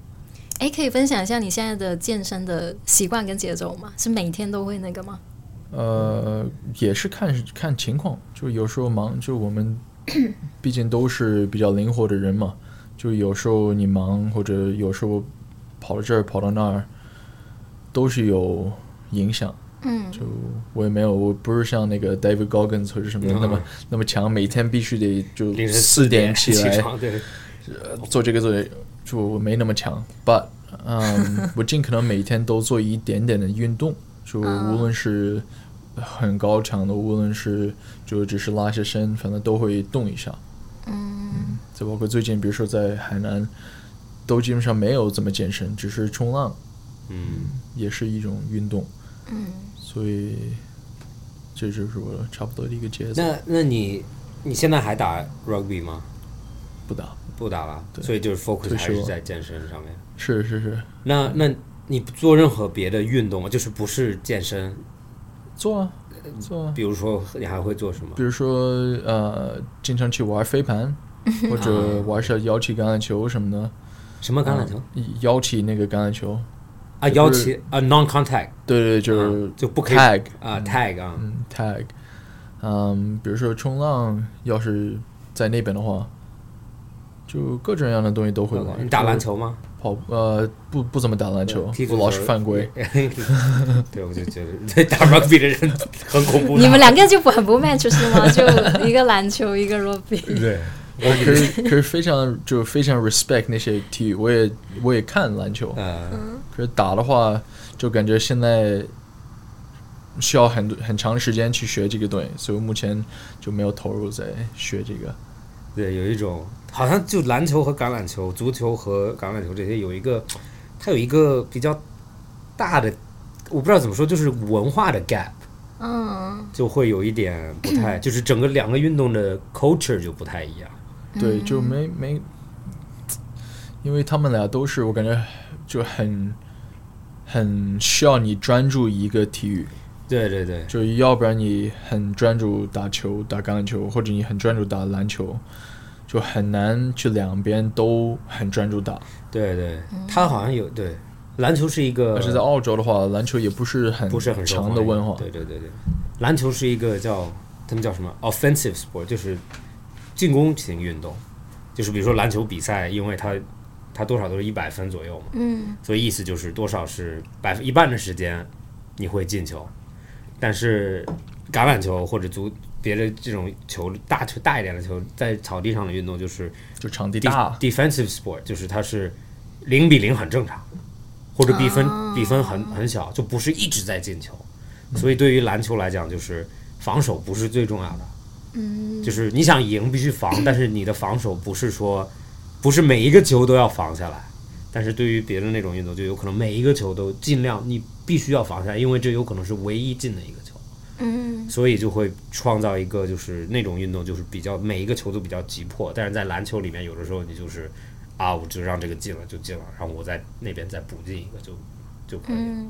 哎，可以分享一下你现在的健身的习惯跟节奏吗？是每天都会那个吗？
呃，也是看看情况，就有时候忙，就我们毕竟都是比较灵活的人嘛，就有时候你忙，或者有时候跑到这儿跑到那儿，都是有影响。
嗯
就我也没有，我不是像那个 David Goggins 或者什么那么、那么强，每天必须得就
嗯凌晨
四
点
起来
床，对，
做这个做，就我没那么强，but 嗯， 我尽可能每天都做一点点的运动，就
嗯
无论是很高强度，无论是就只是拉些伸，反正都会动一下。
嗯
再包括最近，比如说在海南，都基本上没有怎么健身，只是冲浪
嗯，
也是一种运动，
嗯，
所以这就是我差不多的一个节奏。
那那你你现在还打 rugby 吗？
不打，
不打了，
对
所以就是 focus
退
还
休
是
了
在健身上面。
是是是，
那那你不做任何别的运动吗？就是不是健身？
做啊做啊。
比如说你还会做什么
比？如说呃，经常去玩飞盘，或者玩一下腰旗橄榄球什么的，
什么橄榄球
腰旗那个橄榄球，
啊？腰旗啊，non contact
对对，就是
啊就不可以
嗯 tag，
啊，tag 啊，
嗯，tag，嗯，比如说冲浪，要是在那边的话，就各种各样的东西都会玩。
嗯你打篮、球吗？
跑呃不不怎么打篮球
踢，足
我
球
老是犯规。。
对，我就觉得对打 rugby 的人很恐怖的。
你们两个就不很不 match 是吗？就一个篮球，一个 rugby。
对，
我可是可是非常就非常 respect 那些体育，我也我也看篮球，
呃，
可是打的话，就感觉现在需要很多很长时间去学这个东西，所以目前就没有投入在学这个。
对，有一种好像就篮球和橄榄球、足球和橄榄球这些有一个，它有一个比较大的，我不知道怎么说，就是文化的 gap。
嗯，
就会有一点不太，就是整个两个运动的 culture 就不太一样。
对，就没没，因为他们俩都是我感觉就很很需要你专注一个体育，
对对对，
就要不然你很专注打球、打橄榄球，或者你很专注打篮球，就很难去两边都很专注打。
对对，
嗯
他好像有对篮球是一个
但是在澳洲的话，篮球也不是很
不是很受
强
欢
的
迎
文化，
对对对对，篮球是一个叫他们叫什么 offensive sport，就是进攻型运动，就是比如说篮球比赛，因为它它多少都是一百分左右嘛，
嗯
所以意思就是多少是百分一半的时间你会进球，但是橄榄球或者足别的这种球大球大一点的球，在草地上的运动就是
就场地
de-
大，
defensive sport，就是它是零比零很正常，或者比分、比分很很小，就不是一直在进球。所以对于篮球来讲，就是防守不是最重要的，
嗯
就是你想赢必须防，但是你的防守不是说不是每一个球都要防下来。但是对于别的那种运动，就有可能每一个球都尽量你必须要防下来，因为这有可能是唯一进的一个球。
嗯
所以就会创造一个就是那种运动，就是比较每一个球都比较急迫，但是在篮球里面，有的时候你就是啊，我就让这个进了就进了，然后我在那边再补进一个就就可以了。
嗯，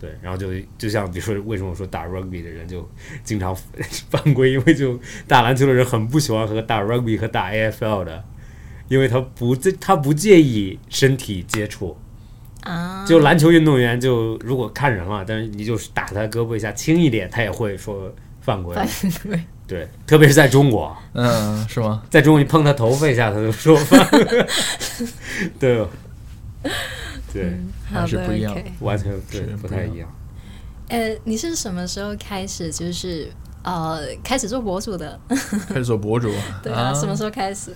对，然后就就像比如说，为什么我说打 rugby 的人就经常 犯规，因为就打篮球的人很不喜欢和打 rugby 和打 AFL 的，因为他不这他不介意身体接触，
啊，
就篮球运动员就如果看人了，但是你就是打他胳膊一下轻一点，他也会说犯规。
对，
对，特别是在中国，
嗯，是 吗？
在中国你碰他头发一下，他 就说犯规。对，对，
好
还是
的
不一样
OK
完全对
嗯是
不
不
太
一样
一样。
呃，你是什么时候开始就是呃开始做博主的？
开始做博主，
对啊，什么时候开始？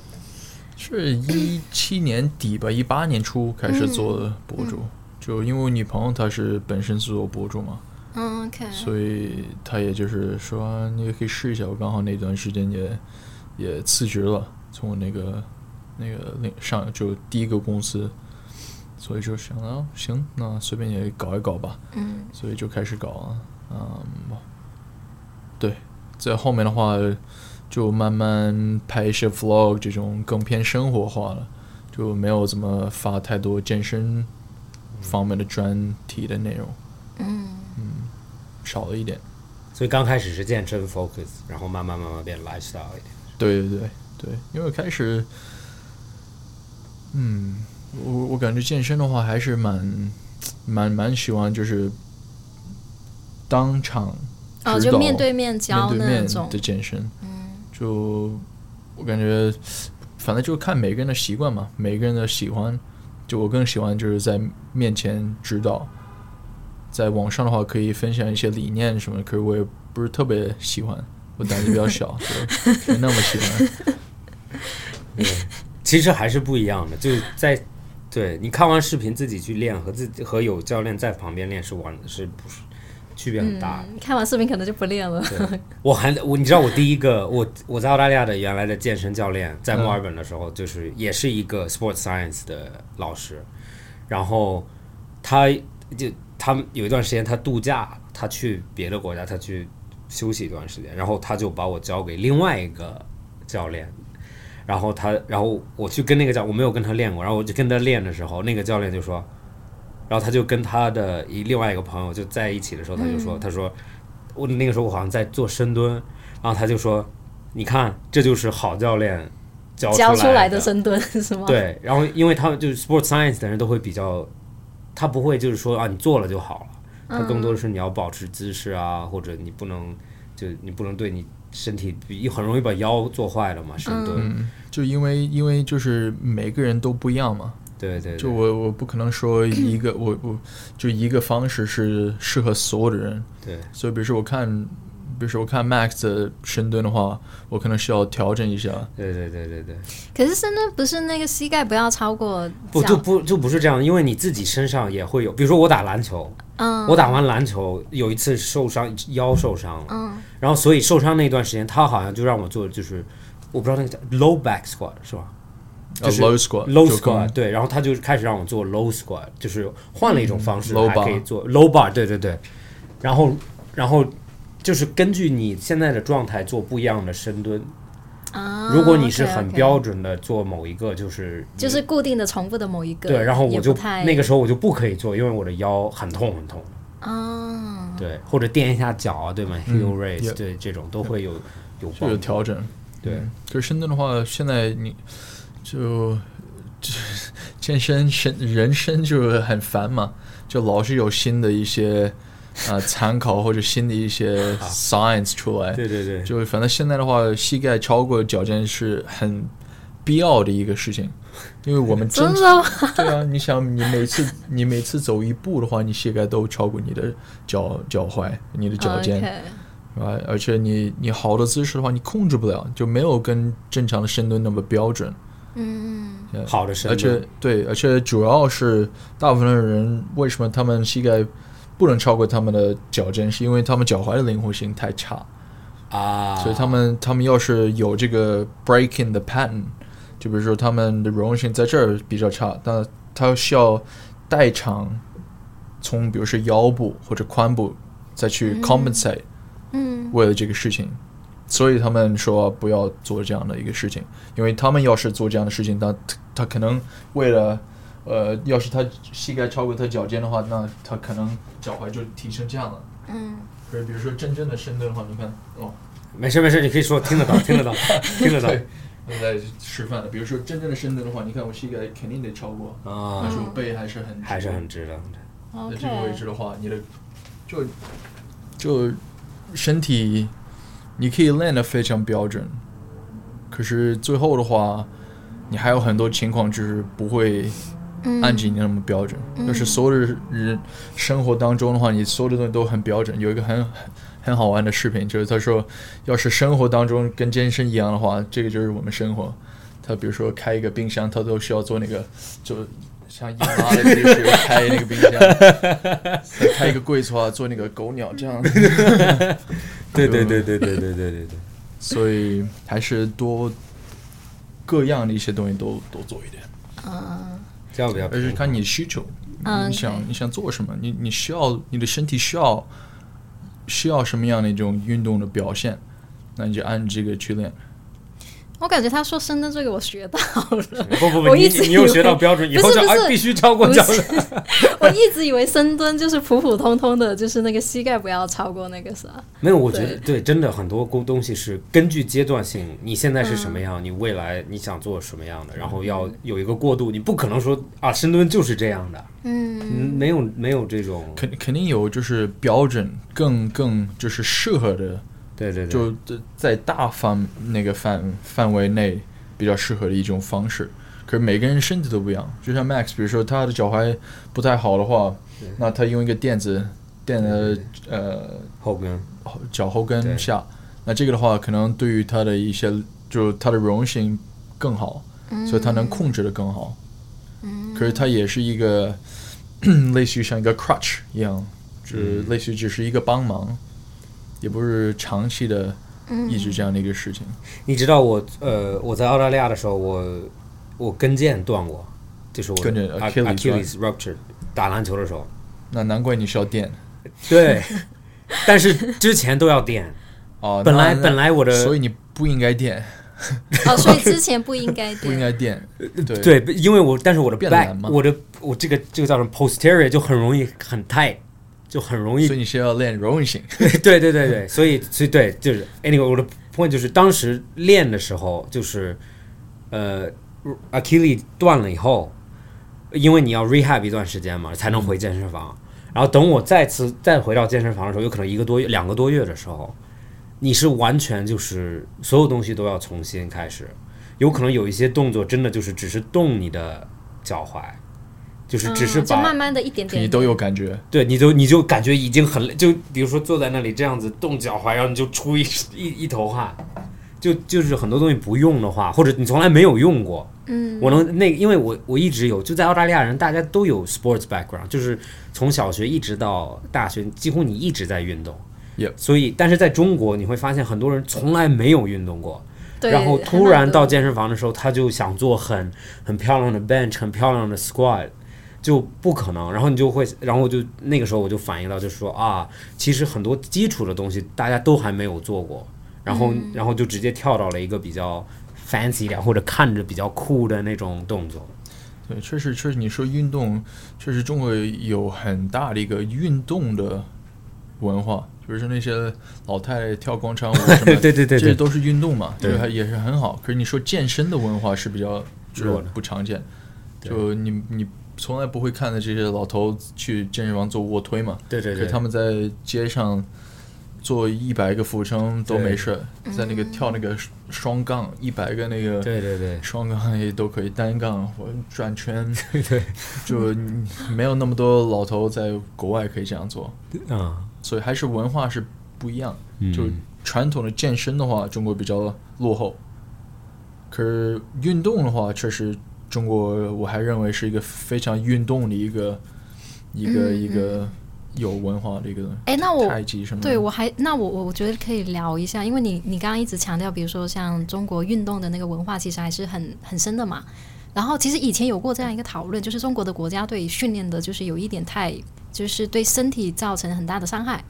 是一七年底吧，一八年初开始做的博主，
嗯
就因为我女朋友她是本身是做博主嘛，
嗯，OK，
所以她也就是说你也可以试一下。我刚好那段时间也也辞职了，从我那个那个那上就第一个公司，所以就想啊，行，那随便也搞一搞吧，
嗯
所以就开始搞了。嗯，对，在后面的话就慢慢拍一些 vlog 这种更偏生活化了，就没有怎么发太多健身方面的专题的内容，
嗯
少了一点。
所以刚开始是健身 focus，然后慢慢慢慢变 lifestyle 一点。
对对对对，因为开始，嗯，我我感觉健身的话还是蛮蛮蛮喜欢，就是当场
哦，
指
就
导
面对面
面
教
对
那
面
种
的，健身。
嗯
就我感觉，反正就看每个人的习惯嘛，每个人的喜欢。就我更喜欢就是在面前指导，在网上的话可以分享一些理念什么的，可是我也不是特别喜欢，我胆子比较 小，就没那么喜欢。
其实还是不一样的，就是在对你看完视频自己去练和自己和有教练在旁边练是完是不是区别很大的。
嗯，看完视频可能就不练了。
我还我你知道我第一个我我在澳大利亚的原来的健身教练，在墨尔本的时候，就是也是一个 sports science 的老师，然后他就他们有一段时间他度假，他去别的国家，他去休息一段时间，然后他就把我交给另外一个教练。然后他，然后我去跟那个教，我没有跟他练过，然后我就跟他练的时候，那个教练就说，然后他就跟他的一另外一个朋友就在一起的时候，他就说，他说我那个时候我好像在做深蹲，然后他就说：“你看，这就是好教练教
教
出
出
来
来的深蹲是吗？，
对，然后因为他们就是 sports science 的人都会比较，他不会就是说啊你做了就好了，他更多的是你要保持姿势啊，或者你不能就你不能对你身体比很容易把腰做坏了嘛，深蹲，
就因为因为就是每个人都不一样嘛，
对对
就
对
我我不可能说一 个我我就一个方式是适合所有的人，
对，
所以比如说我看，比如说我看 Max 的深蹲的话，我可能需要调整一下，
对对对对对，
可是深蹲不是那个膝盖不要超过
不
脚
就不就不是这样，因为你自己身上也会有，比如说我打篮球，
嗯
我打完篮球有一次受伤腰受伤了，
嗯
然后所以受伤那段时间，他好像就让我做就是我不知道那个叫 low back squat 是吧
呃
就是
low squat
？low
呃就更
squat 对，然后他就开始让我做 low squat，就是换了一
嗯
种方式
，low
还可以做 low bar，对对对，然后然后就是根据你现在的状态做不一样的深蹲。
啊，
如果你是很
OK，OK
标准的做某一个，就是你
就是固定的重复的某一个，
对，然后我
也不
就
太
那个时候我就不可以做，因为我的腰很痛很痛。
啊，
嗯
对，或者垫一下脚啊，对吗？Heel raise，
，yep
对这种都会有有
就
帮
有
助。
调整。嗯
对，
可是深圳的话，现在你就就健身身人生就很烦嘛，就老是有新的一些啊、呃参考或者新的一些
啊
science 出来。
对对对，
就反正现在的话，膝盖超过矫正是很必要的一个事情，因为我们真
真的吗
对啊，你想你每次你每次走一步的话，你膝盖都超过你的脚脚踝、你的脚尖。
？OK，
是吧？而且你你好的姿势的话，你控制不了，就没有跟正常的深蹲那么标准。
嗯，
好的深
而
蹲，
且对，而且主要是大部分的人为什么他们膝盖不能超过他们的脚尖，是因为他们脚踝的灵活性太差，
啊，
所以他们他们要是有这个 breaking the pattern，就比如说他们的柔韧性在这儿比较差，但他需要代偿从比如说腰部或者髋部再去 compensate。
嗯，
为了这个事情，所以他们说不要做这样的一个事情，因为他们要是做这样的事情，他他可能为了呃，要是他膝盖超过他脚尖的话，那他可能脚踝就提升这样了。
嗯，
可是比如说真正的深蹲的话，你看哦，
没事没事，你可以说，听得到， 听得到，听
对
得到，
我在示范了。比如说真正的深蹲的话，你看我膝盖肯定得超过，但
啊，
是我背还是很
还是很值的。
在
嗯 OK
这个位置的话，你的就就身体你可以练得非常标准，可是最后的话，你还有很多情况就是不会
嗯
按着你那么标准。就是所有的人生活当中的话，你所有的东西都很标准。有一个很很好玩的视频，就是他说，要是生活当中跟健身一样的话，这个就是我们生活。他比如说开一个冰箱，他都需要做那个，就像姨妈的姿势开那个冰箱，再开一个柜子的话做那个狗鸟这样。
对对对对对对对对对。
所以还是多各样的一些东西都都做一点，
这样比较
而是看你需求，
嗯
你想
OK
你想做什么，你你需要你的身体需要需要什么样的一种运动的表现，那你就按这个去练。
我感觉他说深蹲这个我学到 了，
不不不，
我
你
一直
你
以
又
为
学到标准，以
不
后
是
就
不
哎
是
必须超过
不
教
是
练。
我一直以为深蹲就是普普通通的，就是那个膝盖不要超过那个 啥。
没有，我觉得对，真的很多东东西是根据阶段性，你现在是什么
嗯
样，你未来你想做什么样的，然后要有一个过渡，你不可能说啊深蹲就是这样的，嗯，没有没有这种，
肯肯定有就是标准更更就是适合的，
对对对，
就在在大范那个范范围内比较适合的一种方式。可是每个人身体都不一样，就像 Max，比如说他的脚踝不太好的话，那他用一个垫子垫在呃
后跟
后脚后
对
跟下，那这个的话可能对于他的一些就他的柔韧性更好，所以他能控制的更好。可是它也是一个 类似于像一个 crutch 一样，就是
嗯
类似于只是一个帮忙，也不是长期的一直这样的一个事情。
你知道我呃，我在澳大利亚的时候，我我跟腱断过，就是我
跟着
Ach-
Achilles
Achilles rupture，打篮球的时候。
那难怪你需要垫
对， 但是之前都要垫。
哦。
本来
那
本来我的
所以你不应该垫，
哦，所以之前不应该
不应该垫。对
对，因为我但是我的
变懒
back，
吗
我的我这个这个叫什么 posterior 就很容易很 tight，就很容易
所以你是要练柔韧性。
对对对对，所以所以对，就是 anyway，我的 point 就是当时练的时候，就是呃 a k i l l e 断了以后，因为你要 rehab 一段时间嘛，才能回健身房。然后等我再次再回到健身房的时候，有可能一个多月、两个多月的时候，你是完全就是所有东西都要重新开始，有可能有一些动作真的就是只是动你的脚踝，就是只是
嗯就
把、
慢慢的一点点
你都有感觉，
对，你就你就感觉已经很累，就比如说坐在那里这样子动脚踝，然后你就出一一一头汗，就就是很多东西不用的话，或者你从来没有用过，嗯，我能那因为我我一直有就在澳大利亚人，大家都有 sports background，就是从小学一直到大学，几乎你一直在运动
Yep
所以但是在中国你会发现很多人从来没有运动过，
对，
然后
很
突然
难
到
得
健身房的时候，他就想做很很漂亮的 bench，很漂亮的 squat，就不可能。然后你就会，然后我就那个时候我就反应到，就是说啊，其实很多基础的东西大家都还没有做过，然后、然后就直接跳到了一个比较 fancy 一点或者看着比较酷的那种动作。
对，确实确实，你说运动，确实中国有很大的一个运动的文化，比如说那些老太太跳广场舞什么，
对对对
这
对，
都是运动嘛，
对
这还也是很好。可是你说健身的文化是比较就是
弱的
不常见，
对
就你你从来不会看到这些老头去健身房做卧推嘛，
对对
可是
对，
他们在街上做一百个俯冲都没事，在那个跳那个双杠一百个那个
对对对，
双杠也都可以，单杠或者转圈，
对对，
就没有那么多老头在国外可以这样做，
啊，
所以还是文化是不一样。
嗯
就传统的健身的话，中国比较落后，可是运动的话，确实中国我还认为是一个非常运动的一个一
嗯
个、一个有文化的一个东西。
哎，那我
太极什么的？
对我还那我我我觉得可以聊一下，因为你你刚刚一直强调，比如说像中国运动的那个文化，其实还是很很深的嘛。然后其实以前有过这样一个讨论，就是中国的国家队训练的，就是有一点太，就是对身体造成很大的伤害。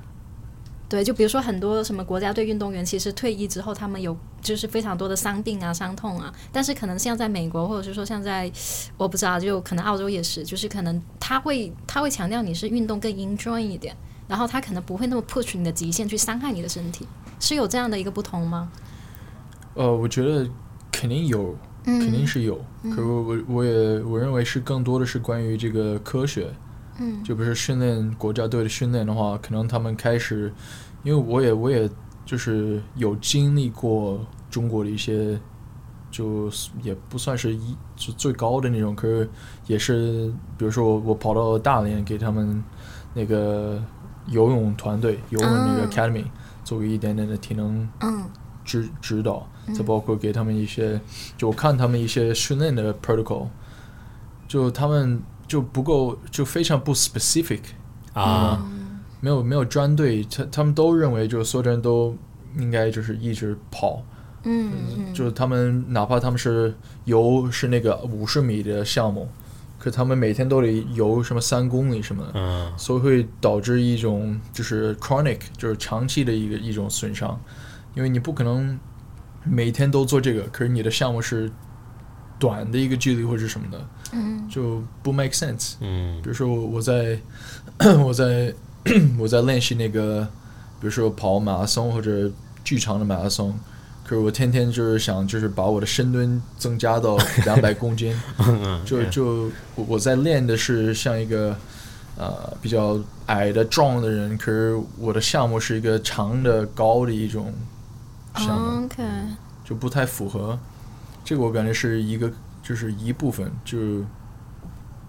对，就比如说很多什么国家队运动员，其实退役之后他们有就是非常多的伤病啊、伤痛啊，但是可能像在美国，或者是说像在我不知道，就可能澳洲也是，就是可能他会他会强调你是运动更 enjoy 一点，然后他可能不会那么 push 你的极限去伤害你的身体，是有这样的一个不同吗？
呃，我觉得肯定有，
嗯
肯定是有。可是我我我也我认为是更多的是关于这个科学，嗯，就比如说训练国家队的训练的话，可能他们开始，因为我也我也就是有经历过中国的一些，就是也不算是一就最高的那种，可是也是，比如说我我跑到大连给他们那个游泳团队游泳那个
啊
academy、做一点点的体能
嗯
指指导，再包括给他们一些，就我看他们一些训练的 protocol，就他们就不够，就非常不 specific，
啊，
没有没有专对，他他们都认为就是所有的人都应该就是一直跑，
嗯
就是他们哪怕他们是游是那个五十米的项目，可他们每天都得游什么三公里什么的，
嗯
所以会导致一种就是 chronic，就是长期的一个一种损伤，因为你不可能每天都做这个，可是你的项目是短的一个距离或者什么的，
嗯
就不 make sense。
嗯
比如说我在 我在 我在练习那个，比如说跑马拉松或者巨长的马拉松，可是我天天就是想就是把我的深蹲增加到两百公斤，就就我我在练的是像一个呃比较矮的壮的人，可是我的项目是一个长的高的一种项目，
，OK，
就不太符合。这个我感觉是一个，就是一部分，就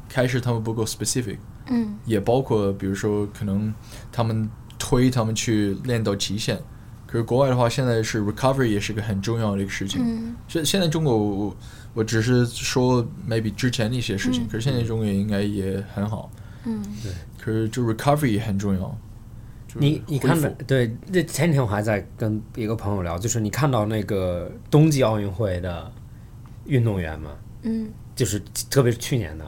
开始他们不够 specific，
嗯
也包括比如说可能他们推他们去练到极限。可是国外的话，现在是 recovery 也是个很重要的一个事情。
嗯
现、现在中国我，我我只是说 maybe 之前的一些事情，可是现在中国也应该也很好。
嗯
可是就 recovery 也很重要。就是
你你
嗯恢
看到
复
对，那前几天我还在跟一个朋友聊，就是你看到那个冬季奥运会的运动员吗？
嗯
就是特别是去年的，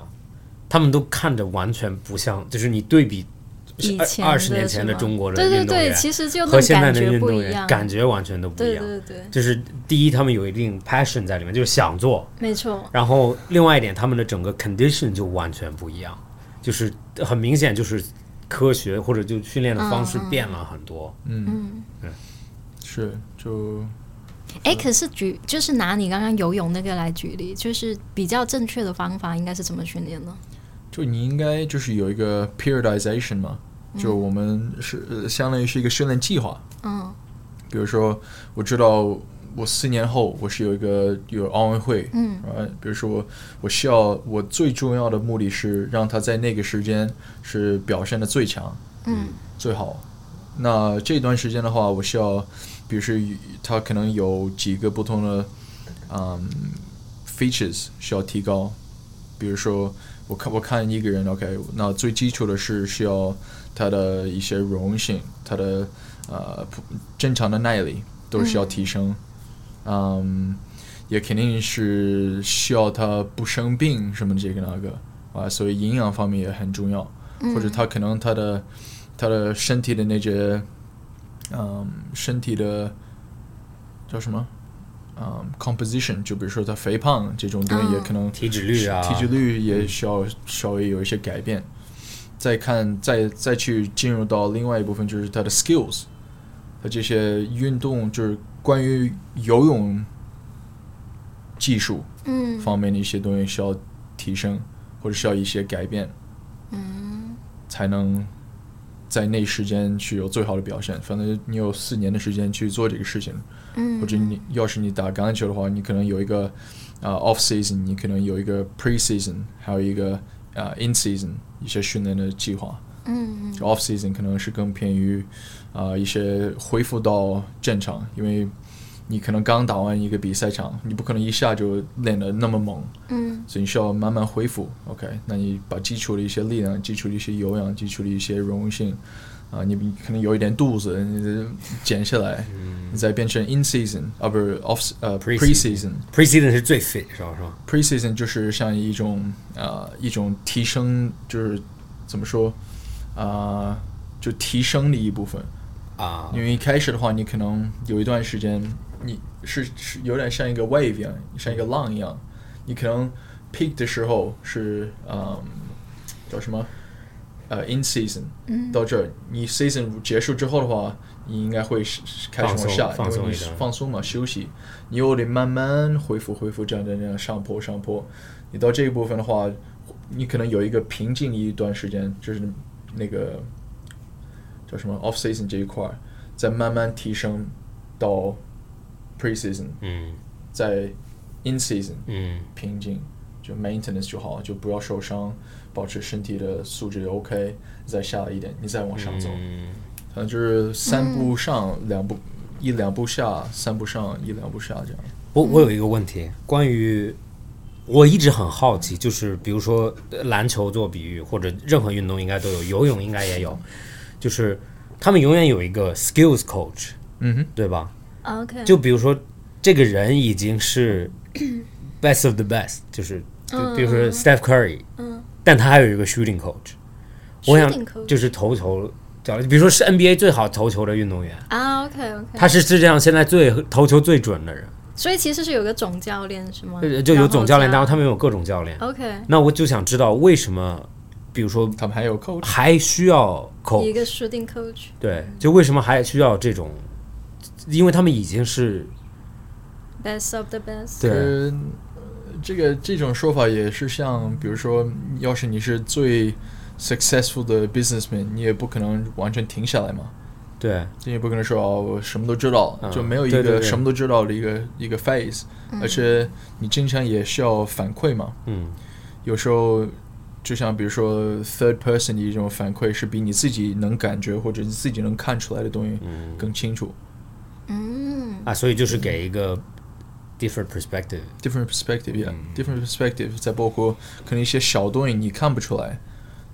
他们都看着完全不像，就是你对比
以前
二十年
的
前
是
的
吗
中国的
对对
运动
对，
员
其实就
和
那种
现在
感
的
觉
运
不
动
一
员
样，
感觉完全都不一
对
样。
对对，
就是第一，他们有一定 passion 在里面，就是想做；
没错，
然后另外一点，他们的整个 condition 就完全不一样，就是很明显就是科学或者就训练的方式变了很多。
嗯是就
哎，可是举就是拿你刚刚游泳那个来举例，就是比较正确的方法应该是怎么训练呢？
就你应该就是有一个 periodization 嘛，就我们是、呃相当于是一个训练计划。
嗯
比如说，我知道我四年后我是有一个有奥运会，
嗯
呃，比如说我我需要我最重要的目的是让他在那个时间是表现的最强
嗯
最好。那这段时间的话，我需要，比如说他可能有几个不同的嗯 features 需要提高，比如说我看我看一个人，OK，那最基础的是需要他的一些柔韧性，他的呃普正常的耐力都是需要提升，嗯也肯定是需要他不生病什么这个那个啊，所以营养方面也很重要，或者他可能他的他的身体的那些嗯身体的叫什么？嗯、c o m p o s i t i o n 就比如说他肥胖这种东西，也可能
体脂率啊，
体脂率也需要稍微有一些改变。再看再再去进入到另外一部分，就是他的 skills 和这些运动，就是关于游泳技术
嗯
方面的一些东西需要提升，或者需要一些改变，
嗯
才能在那时间去有最好的表现。反正你有四年的时间去做这个事情，
嗯，
或者你要是你打橄榄球的话，你可能有一个啊、呃 off season，你可能有一个 pre season，还有一个啊、呃 in season 一些训练的计划。
嗯
就 off season 可能是更偏于啊、呃一些恢复到正常，因为你可能刚打完一个比赛场，你不可能一下就练得那么猛，
嗯
所以你需要慢慢恢复。OK，那你把基础的一些力量、基础的一些有氧、基础的一些柔性，啊、你你可能有一点肚子，你得减下来，你再变成 in season 啊，不是 off 呃
Pre-season
pre season。
，preseason 是最 fit 是吧？是吧？
pre season 就是像一种呃一种提升，就是怎么说啊、呃就提升的一部分。
啊
因为一开始的话，你可能有一段时间，你是是有点像一个 wave 一样，像一个浪一样。你可能 peak 的时候是嗯叫什么呃 in season，、到这儿你 season 结束之后的话，你应该会是是开始往下，
放松
因为
放松
你
一下
放松嘛，休息，你又得慢慢恢复恢复，这样这样这样上坡上坡。你到这一部分的话，你可能有一个瓶颈一段时间，就是那个叫什么 off season 这一块儿，再慢慢提升到 pre season，
嗯
在 in season
嗯
瓶颈，就 maintenance 就好，就不要受伤，保持身体的素质 OK，再下一点，你再往上走，
嗯
反正就是三步上、两步一两步下，三步上一两步下这样。
我我有一个问题，关于我一直很好奇，就是比如说呃篮球做比喻，或者任何运动应该都有，游泳应该也有，就是他们永远有一个 skills coach，
嗯哼，
对吧？
，OK，
就比如说这个人已 经是 best of the best，就是就比如说 Steph Curry，
嗯，
但他还有一个 shooting coach，我想就是投球教练，比如说是 NBA 最好投球的运动员，
啊，OK OK，
他是世界上现在最投球最准的人。
所以其实是有个总教练是吗
呃？就有总教练，然后
嗯然后哦
他们有各种教练。
加 OK
那我就想知道为什么，比如说
他们还有 coach，
还需要
一
coach，
个设定 coach，
对，就为什么还需要这种，因为他们已经是
best of the best，
对
呃这个这种说法也是像，比如说，要是你是最 successful 的 businessman，你也不可能完全停下来嘛。
对
你也不可能说哦，我什么都知道，
嗯
就没有一
对对
个
对
什么都知道的一个一个 phase，、而且你经常也需要反馈嘛。
嗯，
有时候就像比如说 third person 的一种反馈，是比你自己能感觉或者你自己能看出来的东西更清楚。
嗯
啊，所以就是给一个 different perspective，
different perspective，yeah，、different
嗯
perspective，再包括可能一些小东西你看不出来，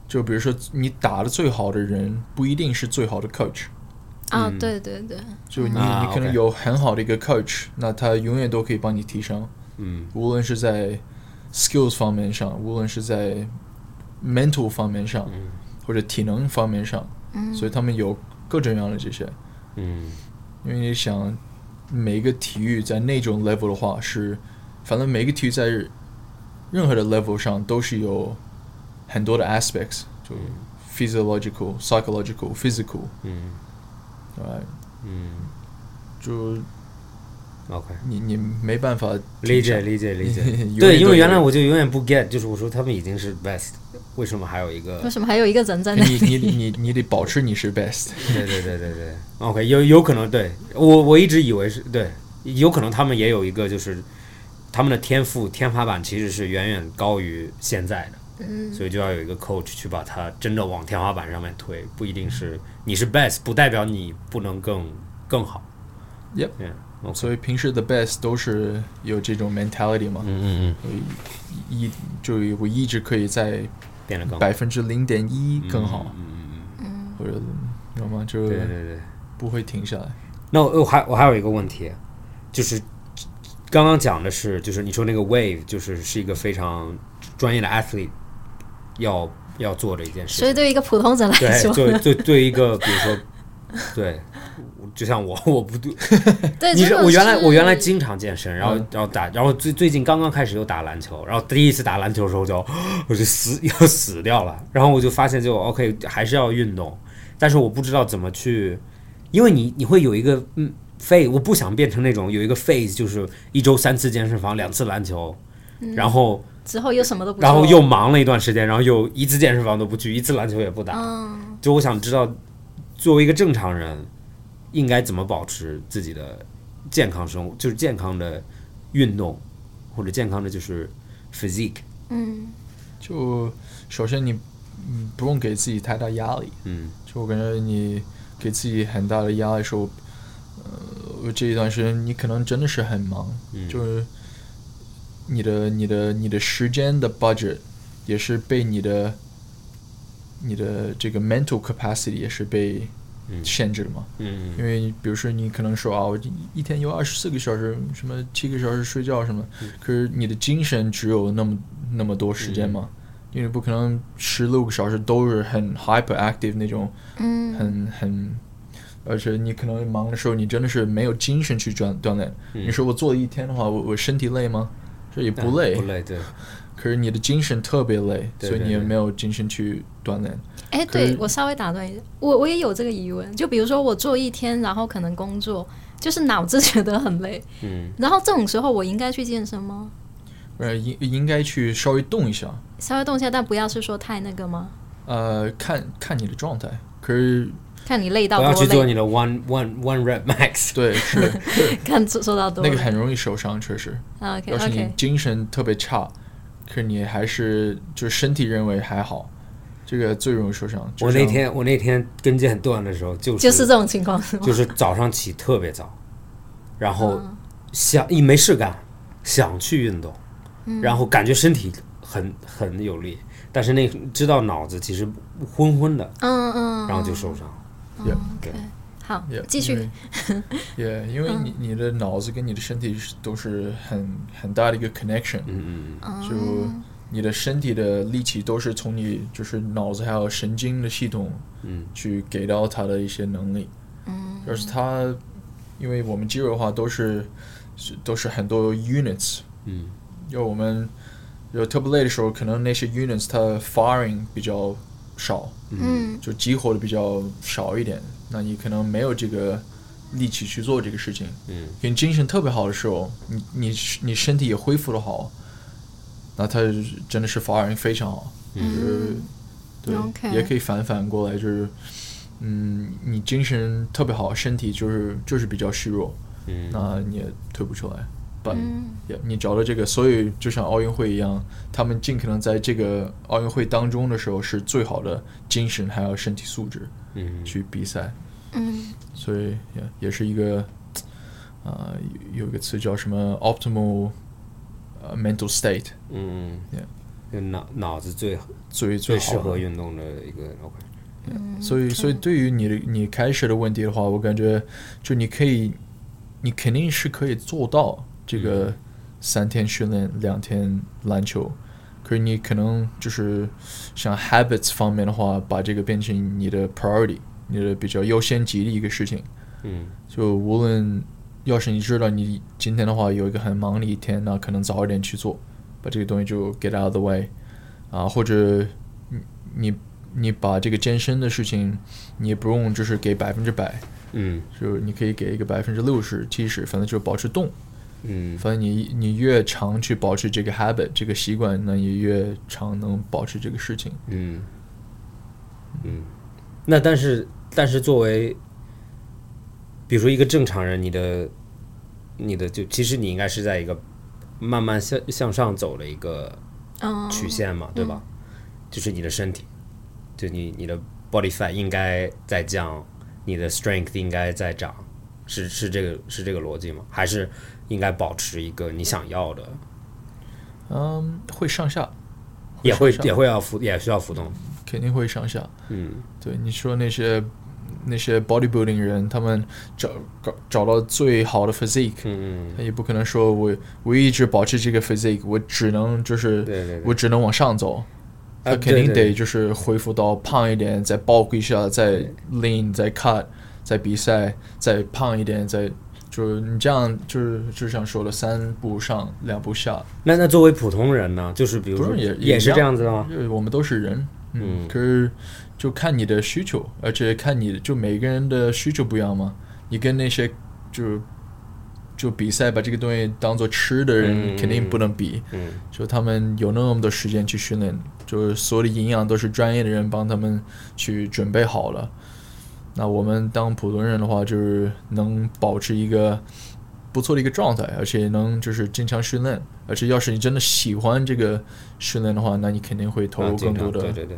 就比如说你打的最好的人不一定是最好的 coach，
啊，
嗯
对对对，
就你、
啊
你可能
OK
有很好的一个 coach，那他永远都可以帮你提升，
嗯，
无论是在 skills 方面上，无论是在 mental 方面上，
嗯
或者体能方面上，所以他们有各种各样的这些，
嗯
因为你想，每一个体育在那种 level 的话是，反正每一个体育在任何的 level 上都是有很多的 aspects，就 physiological、psychological、physical，
嗯
啊，
嗯
就
，OK，
你你没办法
理解理解理解。
解
对，因为原来我就永远不 get，就是我说他们已经是 best，为什么还有一 个
为什么还有一个人在那？
你你你你得保持你是 best，
对对对对对，OK，有有可能对我我一直以为是对，有可能他们也有一个就是他们的天赋天花板其实是远远高于现在的，嗯，所以就要有一个 coach 去把他真的往天花板上面推，不一定是你是 best，不代表你不能更更好。
Yep
Yeah，OK
所以平时的 best 都是有这种 mentality 嘛，
嗯嗯嗯，
一就我一直可以在
变得更好。
百分之零点一更好，
嗯嗯嗯，
或者知道吗？就
对对对。
不会停下来。
那我我还我还有一个问题，就是刚刚讲的是，就是你说那个 wave，就是是一个非常专业的 athlete 要要做的一件事
所以
情。
对于一个普通人来
对，
说，
就就对一个比如说，对，就像我，我不对，
对，
你
这个
我原来
是
我原来经常健身，然后
嗯
然后打，然后最最近刚刚开始又打篮球，然后第一次打篮球的时候就我就死 要死掉了，然后我就发现就 OK 还是要运动，但是我不知道怎么去，因为你你会有一个嗯 phase，我不想变成那种有一个 phase 就是一周三次健身房，两次篮球，
嗯
然后
之后又什么都不做，
然后又忙了一段时间，然后又一次健身房都不去，一次篮球也不打。
嗯
就我想知道，作为一个正常人，应该怎么保持自己的健康生活，就是健康的运动，或者健康的就是 physique。
就首先你嗯不用给自己太大压力，
嗯
就我感觉你给自己很大的压力的时候，呃，这一段时间你可能真的是很忙，
嗯
就是你的你的你的时间的 budget 也是被你的你的这个 mental capacity 也是被
嗯
限制了嘛。
嗯
因为比如说你可能说啊，我一天有二十四个小时，什么七个小时睡觉什么，
嗯
可是你的精神只有那么那么多时
嗯
间嘛，因为不可能十六个小时都是很 hyperactive 那种，
嗯
很很，而且你可能忙的时候，你真的是没有精神去锻锻炼。你说我做了一天的话，我我身体累吗？这也不累，
嗯啊不累，对，
可是你的精神特别累，
对
所以
对
你也
对
没有精神去锻炼。
哎，
可是
对我稍微打断一下，我我也有这个疑问，就比如说我做一天，然后可能工作，就是脑子 觉得很累，
嗯
然后这种时候我应该去健身吗？
呃，应应该去稍微动一下，
稍微动一下，但不要是说太那个吗？
呃，看看你的状态。可是
看你累到
不要去
多
做
累，
你的 one one one rep max。
对， 是
看做做到多
那
累。
个很容易受伤，确实。
OK
要是你
OK，
精神特别差，可是你还是就是身体认为还好，这个最容易受伤。就
我那
像
天我那天跟腱断的时候，就是
就是这种情况是吗？
就是早上起特别早，然后想一没事干，想去运动，然后感觉身体很很有力，但是那知道脑子其实昏昏的，
嗯嗯，
然后就受伤。
好
Yeah，
继
因
续嗯
为。 也因为你你的脑子跟你的身体是都是很很大的一个 connection，
嗯嗯嗯，
就
哦
你的身体的力气都是从你就是脑子还有神经的系统，
嗯，
去给到它的一些能力，嗯，而是它，因为我们肌肉的话都是是都是很多 units，
嗯，
要我们有特别累的时候，可能那些 units 它 firing 比较少，
嗯
就激活的比较少一点，那你可能没有这个力气去做这个事情。
嗯，
你精神特别好的时候，你你你身体也恢复的好，那它真的是发人非常好。嗯，对
OK
也可以反反过来，就是嗯，你精神特别好，身体就是就是比较虚弱，
嗯
那你也推不出来。But、也
嗯
你找到这个，所以就像奥运会一样，他们尽可能在这个奥运会当中的时候是最好的精神还有身体素质
嗯
去比赛，
嗯
所以也也是一个啊、呃有有一个词叫什么 optimal 呃 mental state，
嗯
Yeah
嗯，就脑脑子最
最
最
好
适
的
合运动的一个 OK。
所以，所以对于你的你开始的问题的话，我感觉就你可以，你肯定是可以做到这个三天训练、两天篮球。可是你可能就是像 habits 方面的话，把这个变成你的 priority，你的比较优先级的一个事情。
嗯
就无论要是你知道你今天的话有一个很忙的一天，那可能早一点去做，把这个东西就 get out of the way 啊，或者你你你把这个健身的事情，你也不用就是给百分之百，
嗯
就是你可以给一个百分之六十、七十，反正就保持动。
嗯
反正你你越常去保持这个 habit 这个习惯，那你越常能保持这个事情。
嗯嗯，那但是但是作为，比如说一个正常人，你的你的就其实你应该是在一个慢慢向向上走的一个
嗯
曲线嘛，对吧？就是你的身体，就你你的 body fat 应该在降，你的 strength 应该在涨，是是这个是这个逻辑吗？还是应该保持一个你想要的，
嗯，会上下，
也会
上
也会要浮也需要浮动，
肯定会上下。
嗯
对你说那些那些 bodybuilding 人，他们找搞找到最好的 physique，
嗯
他也不可能说我我一直保持这个 physique，我只能就是
对对对
我只能往上走，他
啊
肯定
对对
得就是恢复到胖一点，再 bulk 一下，再 lean，再 cut，在比赛再胖一点，再就是你这样就是就像说了，三步上两步下，
那那作为普通人呢，就是比如
不
说
是也
也是这样子的吗？
呃，我们都是人，嗯，
嗯
可是就看你的需求，而且看你就每个人的需求不一样嘛。你跟那些就就比赛把这个东西当做吃的人，
嗯
肯定不能比。
嗯
就他们有那么多时间去训练，就是所有的营养都是专业的人帮他们去准备好了。那我们当普通人的话，就是能保持一个不错的一个状态，而且能就是经常训练，而且要是你真的喜欢这个训练的话，那你肯定会投
啊
入
经
更多
常
的、
对对对。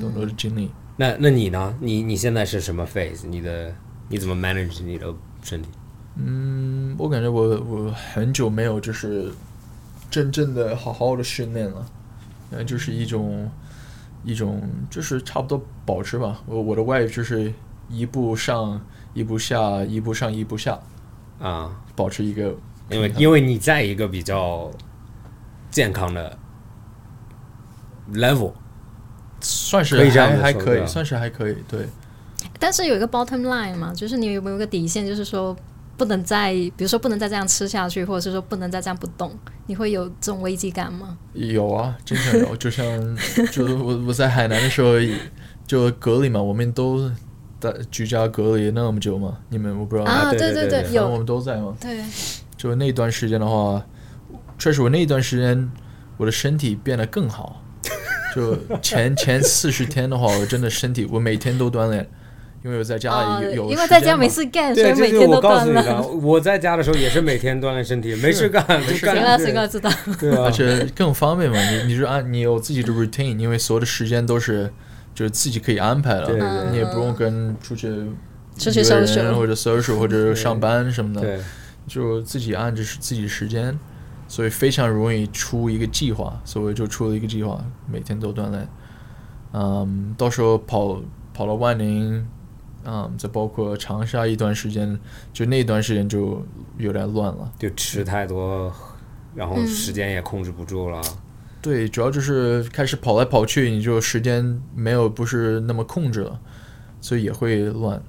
更多的精力。
那那你呢？你你现在是什么 phase？你的你怎么 manage 你的身体？
嗯，我感觉我我很久没有就是真正的好好的训练了，呃，就是一种一种就是差不多保持吧。我我的外语就是一步上一步下，一步上一步下，
啊，
保持一个
因为
平衡
因为你在一个比较健康的 level，
算是
可以这样
还
子
还
说
可
对啊
以，
吧
算是还可以，对。
但是有一个 bottom line 嘛，就是你有没有一个底线，就是说不能再，比如说不能再这样吃下去，或者是说不能再这样不动，你会有这种危机感吗？
有啊，经常有，就像就是我我在海南的时候，就隔离嘛，我们都在居家隔离那么久嘛，你们我不知道，
啊，
对
对
对对
对，
反正我
有
们都在嘛。
对，
就那段时间的话，确实我那段时间我的身体变得更好。就前前四十天的话，我真的身体，我每天都锻炼，因为我在家
啊，
里有有、
因为在家没。事干，所以
这
每
就是
天
我
都
告
锻
诉你
炼。
的。我在家的时候也是每天锻炼身体，没事干就
行
干。
了
对
行了，，知道。
对啊
而， 且更方便嘛，你你就按你有自己的 routine，因为所有的时间都是就是自己可以安排
对
了，
对
你也不用跟出去
出去
约人
social
或者 social 或者上班什么的，
对，
就自己按着是自己时间，所以非常容易出一个计划，所以我就出了一个计划，每天都锻炼。嗯，到时候跑跑到万宁，嗯，再包括长沙一段时间，就那段时间就有点乱了。
就吃太多，然
嗯
后时间也控制不住了。
对，主要就是开始跑来跑去，你就时间没有不是那么控制了，所以也会乱。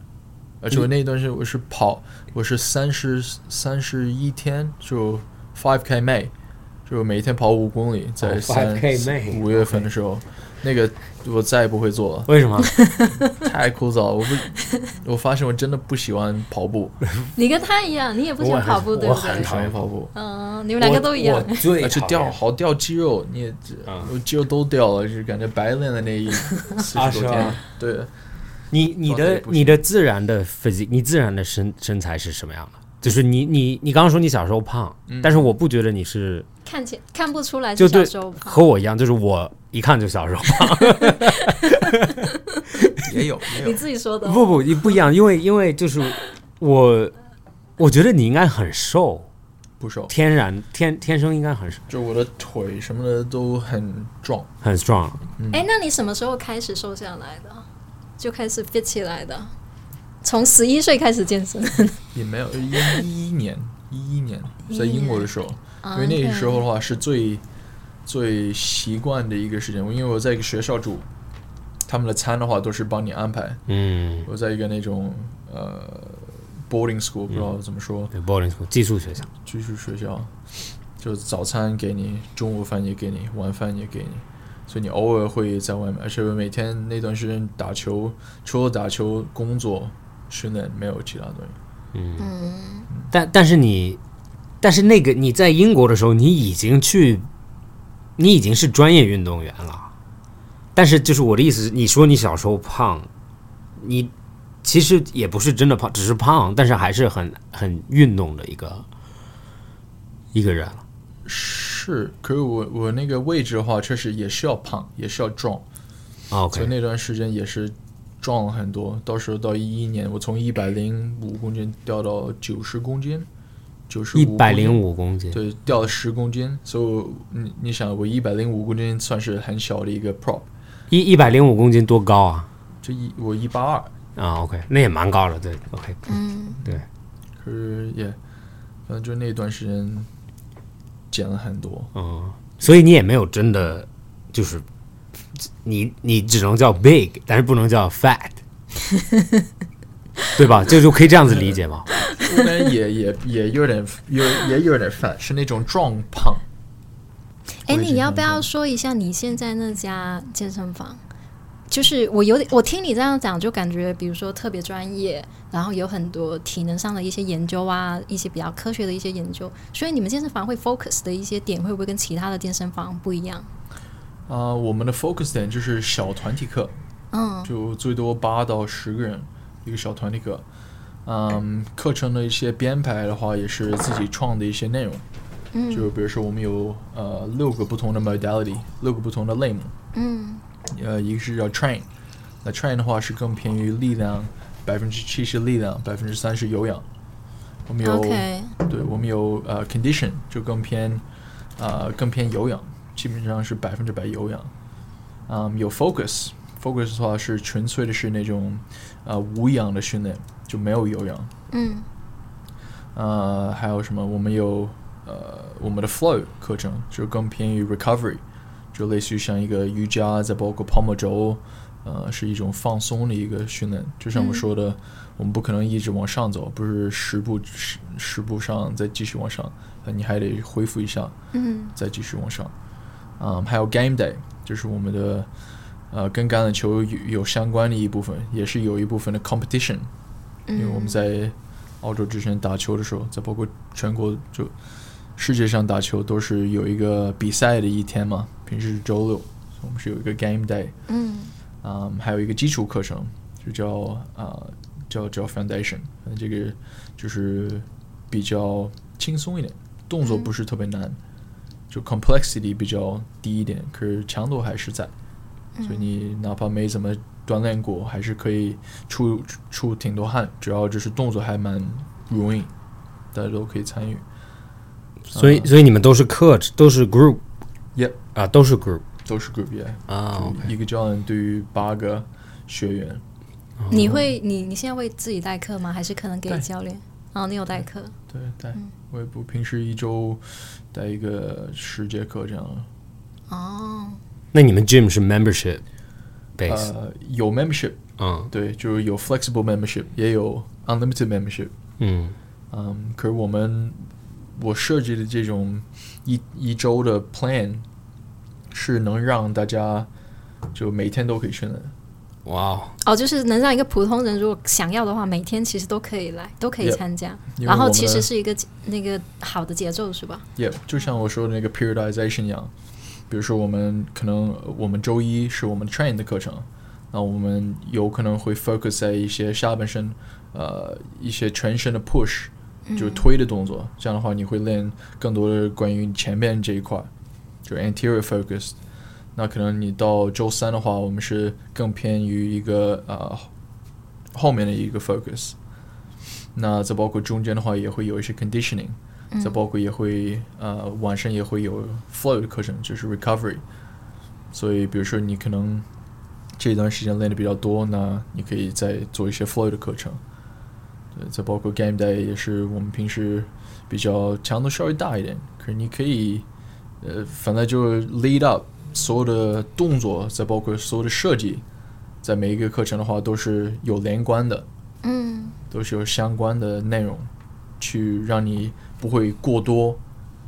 而
嗯
且我那一段时间我是跑，我是三十三十一天就 five k 迈，就每天跑五公
哦
里，在三
5K 迈
五月份的时候，那个我再也不会做
为什么？
了，太枯燥了。我不， 我发现我真的不喜欢跑步，
你跟他一样，你也不喜
我
欢
很
跑步，对不
我很
对
很？讨厌跑 步，
嗯，你们 两个都一样
我。我最
而且
讨厌
掉好掉肌肉，你也
啊
我肌肉都掉了，就是感觉白练了那一四
啊
十
是
多
吧
天，对。
你你
状态也
的
不
你的自然的 physique，你自然的身身材是什么样的？就是你你你刚刚说你小时候胖，但是我不觉得你是
看起看不出来
就是对
小时候胖，
和我一样，就是我一看就小时候胖。
也有，也
你自己说的哦。
不不不一样，因为因为就是我，我觉得你应该很瘦，
不瘦，
天然天天生应该很
就我的腿什么的都很壮。
很 strong。
哎，那你什么时候开始瘦下来的？就开始 fit 起来的？从十一岁开始健身，
也没有，一一一年，一一年在英国的时候，因为那个时候的话是最最习惯的一个时间。我因为我在一个学校住，他们的餐的话都是帮你安排。
嗯
我在一个那种呃 boarding school，不知道怎么说，
对，boarding school 寄宿学校。
寄宿学校，就早餐给你，中午饭也给你，晚饭也给你，所以你偶尔会在外面，而且我每天那段时间打球，除了打球，工作、训练没有其他东西。
但但是你，但是那个你在英国的时候，你已经去，你已经是专业运动员了。但是就是我的意思是，你说你小时候胖，你其实也不是真的胖，只是胖，但是还是很很运动的一个一个人了。
是，可是我我那个位置的话，确实也是要胖，也是要壮，所以
啊 OK，
那段时间也是壮了很多。到时候到一一年，我从一百零五公斤掉到九十公斤，九十
一百零五公斤，
对，掉了十公斤，所以我你你想，我一百零五公斤算是很小的一个 prop，
一一百零五公斤多高啊？
就一我一八二，
啊，OK，那也蛮高的，对，OK，
可是也，反正就那段时间减了很多，
嗯，所以你也没有真的就是你你只能叫 big，但是不能叫 fat。对吧？这就可以这样子理解嘛。
湖南也也也有点有也有点饭，是那种壮胖。
哎，你要不要说一下你现在那家健身房？就是我有点，我听你这样讲，就感觉比如说特别专业，然后有很多体能上的一些研究啊，一些比较科学的一些研究。所以你们健身房会 focus 的一些点，会不会跟其他的健身房不一样？
啊、我们的 focus 点就是小团体课，
嗯
就最多八到十个人一个小团体课。嗯，课程的一些编排的话，也是自己创的一些内容。
嗯
就比如说我们有呃六个不同的 modality，六个不同的类目。
嗯
呃，一个是叫 train，那 train 的话是更偏于力量，百分之七十力量，百分之三十有氧。我们有
嗯，OK，
对，我们有呃 condition，就更偏呃更偏有氧，基本上是百分之百有氧。嗯，有 focus。focus 的话是纯粹的是那种呃无氧的训练，就没有有氧。
嗯
呃，还有什么？我们有呃我们的 flow 课程，就更偏于 recovery，就类似于像一个瑜伽，再包括泡沫轴，呃，是一种放松的一个训练。就像我说的，我们不可能一直往上走，不是十步十十步上再继续往上，呃你还得恢复一下，
嗯
再继续往上。嗯，还有 game day，就是我们的呃跟橄榄球有有相关的一部分，也是有一部分的 competition，因为我们在澳洲之前打球的时候，在包括全国就世界上打球都是有一个比赛的一天嘛，平时是周六，所以我们是有一个 game day，
嗯
嗯，还有一个基础课程，就叫啊、呃叫叫 foundation，呃这个就是比较轻松一点，动作不是特别难，就 complexity 比较低一点，可是强度还是在，所以你哪怕没怎么锻炼过，还是可以出出挺多汗，只要就是动作还蛮容易，大家都可以参与。
所以，所以你们都是课，都是 group，
Yep
啊，都是 group
都是 group 业、
啊
就一个教练对于八个学员，
你会你你现在会自己代课吗？还是可能给
对
教练？哦，你有代课，
对，带我也不平时一周带一个十节课这样。
哦，
那你们 gym 是 membership base，
呃，有 membership，
嗯
对，就是有 flexible membership，也有 unlimited membership。
嗯
嗯，可是我们我设计的这种一一周的 plan 是能让大家就每天都可以训练。
哇哦，
哦，就是能让一个普通人，如果想要的话，每天其实都可以来，都可以
Yeah，
参加。
因为
然
我
后
们
其
的
实是一个那个好的节奏，是吧？
也、就像我说的那个 periodization 一样，比如说我们可能呃我们周一是我们 train 的课程，那我们有可能会 focus 在一些下半身，呃，一些全身的 push，就是推的动作。这样的话，你会练更多的关于前面这一块，就是 anterior focus。那可能你到周三的话，我们是更偏于一个呃后面的一个 focus。那再包括中间的话，也会有一些 conditioning。再包括也会呃晚上也会有 flow 的课程，就是 recovery。所以比如说你可能这段时间练的比较多，那你可以再做一些 flow 的课程。对，再包括 game day 也是我们平时比较强度稍微大一点，可是你可以呃反正就是 lead up 所有的动作，再包括所有的设计，在每一个课程的话都是有连贯的。
嗯
都是有相关的内容，去让你不会过多，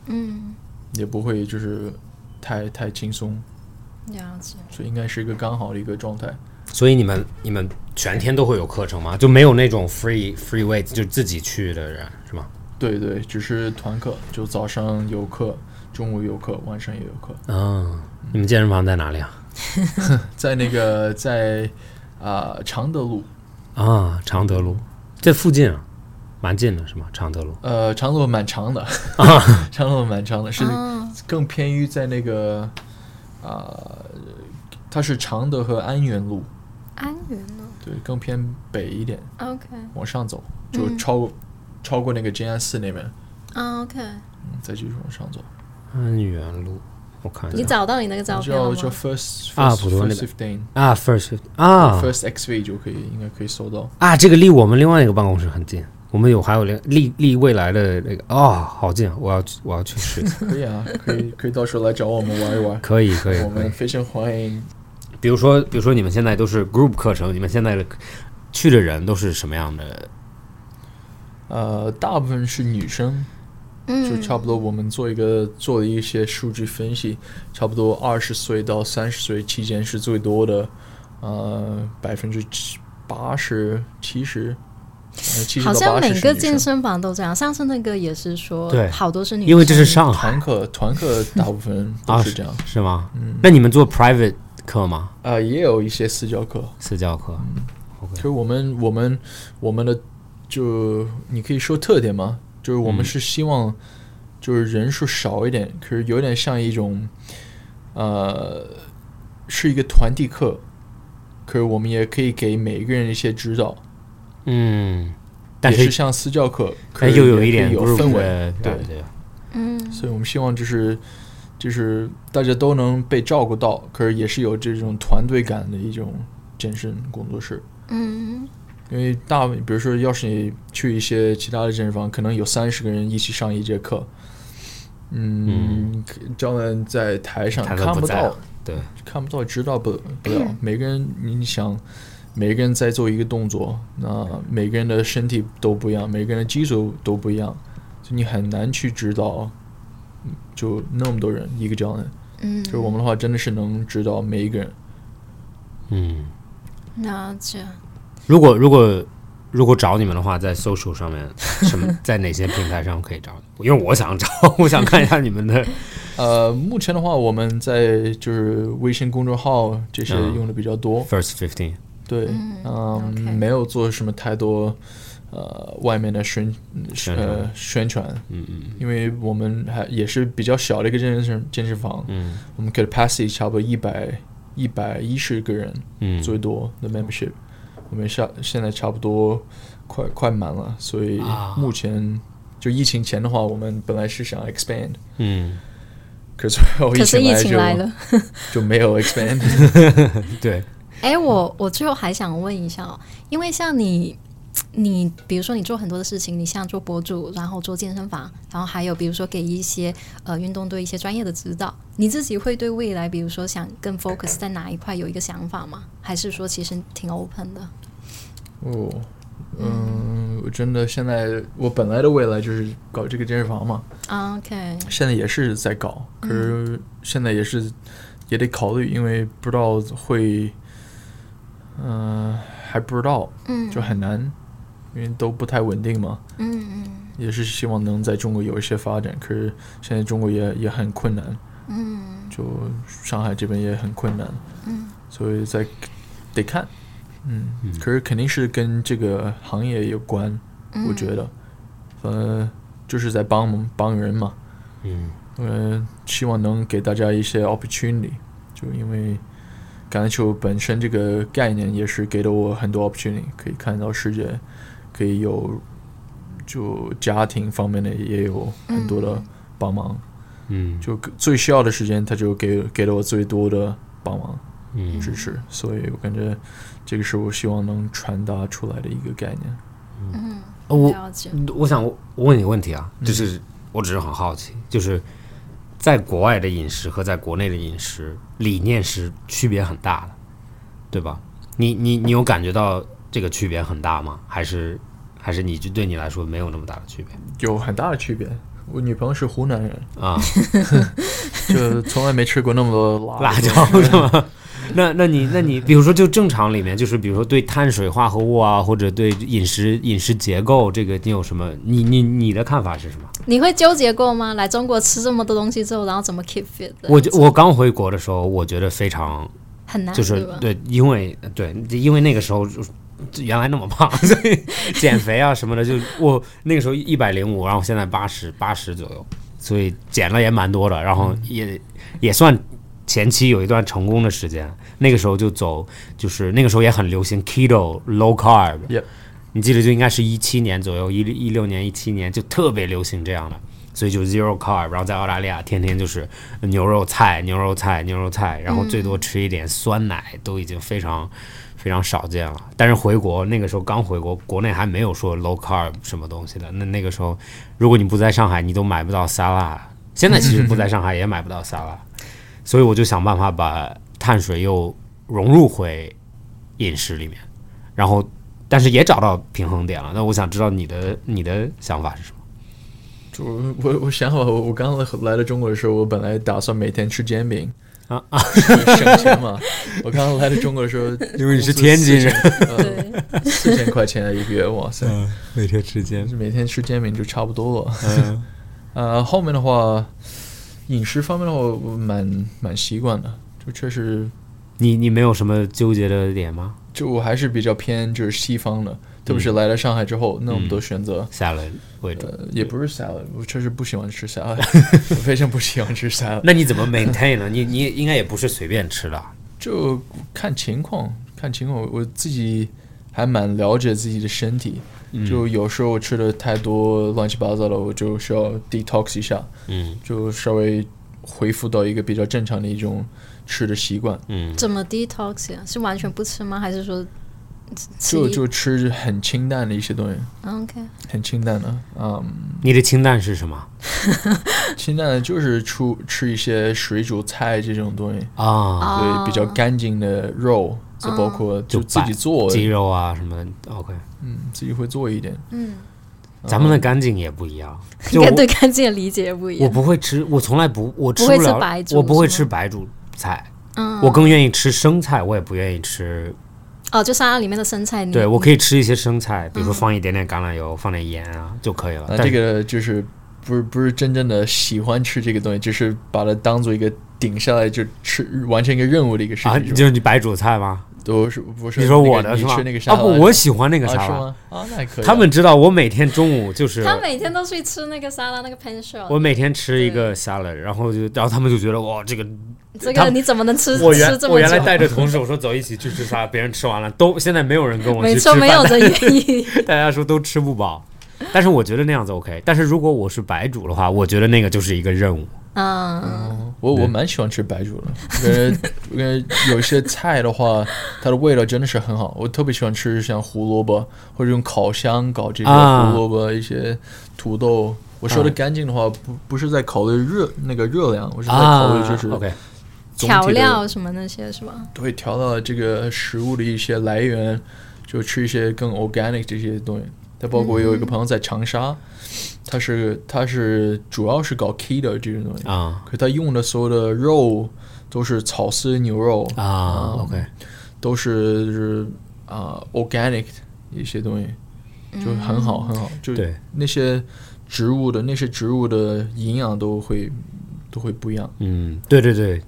嗯，
也不会就是太太轻松，
了解。
所以应该是一个刚好的一个状态。
所以你们你们全天都会有课程吗？就没有那种 free free weight 就自己去的人是吗？
对对，只是团课，就早上有课，中午有课，晚上也有课。
嗯，你们健身房在哪里啊？
在那个在啊、常德路，
啊，常德路，这附近啊，蛮近的是吗？常德路
呃，常德路蛮长的，常德路蛮长的，是更偏于在那个啊、它是常德和安源路，
安源哦呢
对，更偏北一点。
？OK，
往上走，就超过、超过那个静安寺那边，
啊 OK，
嗯再继续往上走，
安
嗯
源路，我看一
你
下
找到你那个照片
叫
了
叫
吗？
First
啊
First
普陀那
First
边
Fifteen
啊，first 啊
First XV 就可以，应该可以搜到。
啊，这个离我们另外一个办公室很近。我们有还有离离离未来的那个哦，好近！我要去我要去试一 下。
可以 啊，可以可以到时候来找我们玩一玩，
可以可以
我
可以
们。非常欢迎。
比如说，比如说你们现在都是 group 课程，你们现在的去的人都是什么样的？
呃，大部分是女生，就
嗯
差不多我们做一个做了一些数据分析，差不多二十岁到三十岁期间是最多的，呃，百分之八十七十，呃七十
好
到
像
八十
每
是
个
女
健
生。
身房都这样。上次那个也是说，
对
好多是女生，
因为这是上海
团课团课大部分
啊
都是这样，
是吗？
嗯
那你们做 private 课吗？
啊、也有一些私教课，
私教课？
就是我们我们我们的就你可以说特点吗？就是我们
嗯
是希望就是人数少一点，可是有点像一种呃是一个团体课，可是我们也可以给每一个人一些指导，
嗯，但
也是
是
像私教课，可
但
是
又
也
有
可以
一点
有
group
氛围，
的
对
感觉。
嗯
所以我们希望就是就是大家都能被照顾到，可是也是有这种团队感的一种健身工作室。
嗯
因为大，比如说，要是你去一些其他的健身房，可能有三十个人一起上一节课，嗯，教练在台上
他
看
都不在
到
了，对，
看不到，指导不不了。每个人，你想，每个人在做一个动作，那每个人的身体都不一样，每个人的基础都不一样，所以你很难去指导，嗯就那么多人一个教练。
嗯
就是我们的话，真的是能指导每一个人。
嗯。
了解。
如果如果如果找你们的话，在 social 上 面，什么在哪些平台上可以找你？因为我想找， 我想看一下你们 的。
呃，目前的话，我们在就是微信公众号这些
嗯
用的比较多，
First fifteen，
对，
嗯
嗯，
OK
没有做什么太多呃外面的宣
宣传
呃宣传，
嗯嗯
因为我们还也是比较小的一个健身健身房，
嗯
我们 capacity 差不多一百一百一十个人
嗯，
最多的 membership，、我们下现在差不多快快满了，所以
啊
目前就疫情前的话，我们本来是想 expand，
嗯，
可是最后
可是疫
来
情
就
来了。
就没有 expand。
对，
哎，我我最后还想问一下哦，因为像你，你比如说你做很多的事情，你像做博主，然后做健身房，然后还有比如说给一些呃运动队一些专业的指导，你自己会对未来，比如说想更 focus 在哪一块有一个想法吗？还是说其实挺 open 的？
哦，嗯，我真的现在我本来的未来就是搞这个健身房嘛，
啊 OK，
现在也是在搞，可是现在也是也得考虑，因为不知道会，嗯、还不知道，
嗯
就很难，因为都不太稳定嘛。
嗯嗯
也是希望能在中国有一些发展，可是现在中国也也很困难，
嗯
就上海这边也很困难，
嗯，
所以在得看，嗯，可是肯定是跟这个行业有关，
嗯，
我觉得，呃，就是在帮帮人嘛，
嗯
呃，希望能给大家一些 opportunity，就因为橄榄球本身这个概念也是给了我很多 opportunity，可以看到世界，可以有就家庭方面的也有很多的帮忙，
嗯
就最需要的时间他就给给了我最多的帮忙
嗯
支持，所以我感觉这个是我希望能传达出来的一个概念。
嗯，
呃我
了解。
我想我问你个问题啊，就是我只是很好奇，就是在国外的饮食和在国内的饮食理念是区别很大的，对吧？你你你有感觉到这个区别很大吗？还是还是你就对你来说没有那么大的区别
有很大的区别。我女朋友是湖南人，
啊？
就从来没吃过那么多辣
辣椒是吗？ 那那你那你，比如说就正常里面，就是比如说对碳水化合物啊，或者对饮食饮食结构这个，你有什么？你你你的看法是什么？
你会纠结过吗？来中国吃这么多东西之后，然后怎么 keep fit 的？
我就我刚回国的时候，我觉得非常
很难，
就是
对吧？
对，因为对，因为那个时候就是原来那么胖， 所以减肥啊什么的，就我那个时候一百零五，然后现在八十八十左右，所以减了也蛮多的，然
嗯
后也也算前期有一段成功的时间。那个时候就走，就是那个时候也很流行 keto low carb，、
Yep
你记得就应该是一七年左右，一一六年一七年就特别流行这样的。所以就 zero carb，然后在澳大利亚天天就是牛肉菜、牛肉菜、牛肉菜，然后最多吃一点酸奶，都已经非常非常少见了。但是回国那个时候刚回国，国内还没有说 low carb 什么东西的。那那个时候，如果你不在上海，你都买不到沙拉。现在其实不在上海也买不到沙拉，所以我就想办法把碳水又融入回饮食里面，然后但是也找到平衡点了。那我想知道你的你的想法是什么？
就我我想好，我我刚来到中国的时候，我本来打算每天吃煎饼
啊
啊，省钱 嘛。我刚来到中国的时候，
因为你是天津人，
呃，四千块钱一个月，哇塞，
嗯，每天吃煎
每天吃煎饼就差不多了。
嗯
呃，后面的话，饮食方面的话，我蛮蛮习惯的，就确实，
你你没有什么纠结的点吗？
就我还是比较偏就是西方的，特别是来到上海之后，那么多选择。
下轮为主。
呃，也不是 salad，我确实不喜欢吃 salad，我非常不喜欢吃 salad。
那你怎么 maintain 呢？你你应该也不是随便吃的，
就看情况，看情况。我自己还蛮了解自己的身体，就有时候吃的太多乱七八糟的，我就需要 detox 一下，
嗯
就稍微恢复到一个比较正常的一种吃的习惯。
嗯
怎么 detox 呀？是完全不吃吗？还是说吃
就
一
就吃很清淡的一些东西，
啊 OK？
很清淡的，嗯，
你的清淡是什么
清淡的就是出吃一些水煮菜这种东西，
啊？
对，比较干净的肉，就包括就
就
自己
摆
做，
鸡肉啊什么的？OK，
嗯，自己会做一点。
咱们的干净也不一样，就
应
我
该对干净的理解不一
我
样。
不会吃，我从来不我吃
不会
了，
吃白煮
我不会
是吗嗯
吃白煮菜。我更愿意吃生菜，我也不愿意吃。
哦，就沙拉里面的生菜泥。
对，我可以吃一些生菜，比如
嗯
说放一点点橄榄油，放点盐啊就可以了。
那
但
这个就是不是不是真正的喜欢吃这个东西，只是把它当做一个顶下来就吃完成一个任务的一个事
啊，
情。是吧
就你白煮菜吗？
都是不是
你说
那个
我的
你
是吗
吃那个？沙
啊
拉
不，我喜欢那个
啊
沙
是
拉。
吗？啊，那还可以啊。
他们知道我每天中午就是
他每天都去吃那个沙拉，那个 pan s h o
我
t
每天吃一个沙拉，然后就然后他们就觉得哇这个
这
他
个你怎么能吃
我原
吃这
我
么
原来
久？
带着同事我说走一起去吃沙拉，别人吃完了都现在没有人跟我
没
去吃
错，
饭，
没有这愿意。
大家说都吃不饱。但是我觉得那样子 OK，但是如果我是白煮的话，我觉得那个就是一个任务。
嗯，
哦我我蛮喜欢吃白煮的，我感 觉我感觉有一些菜的话，它的味道真的是很好。我特别喜欢吃像胡萝卜，或者用烤箱搞这些
啊
胡萝卜、一些土豆。我说的
啊
干净的话，不不是在考虑热那个热量，我是在考虑就是
啊 OK，
总体的
调料什么那些是吧？
会调到这个食物的一些来源，就吃一些更 organic 这些东西。它包
嗯
括我有一个朋友在长沙，他是他是主要是搞 keto 这种东西，
啊
可他用的所有的肉都是草饲牛肉，
啊，OK，
都是就是啊、organic 的一些东西，
嗯
就很好很好，就
对
那些植物的那些植物的营养都会都会不一样。
嗯，对对对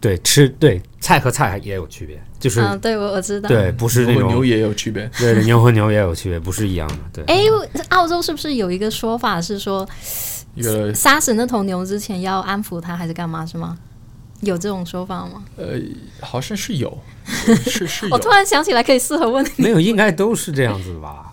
对，吃对菜和菜也有区别，就是、
嗯，对，我我知道。
对，不是那
牛和
种
牛也有区 别，
对对牛和牛也有区别，不是一样的。对，
哎，澳洲是不是有一个说法是说，
越来
杀死那头牛之前要安抚它，还是干嘛？是吗？有这种说法吗？
呃好像是 有，是是有
我。突然想起来，可以适合问你。
没有，应该都是这样子的吧？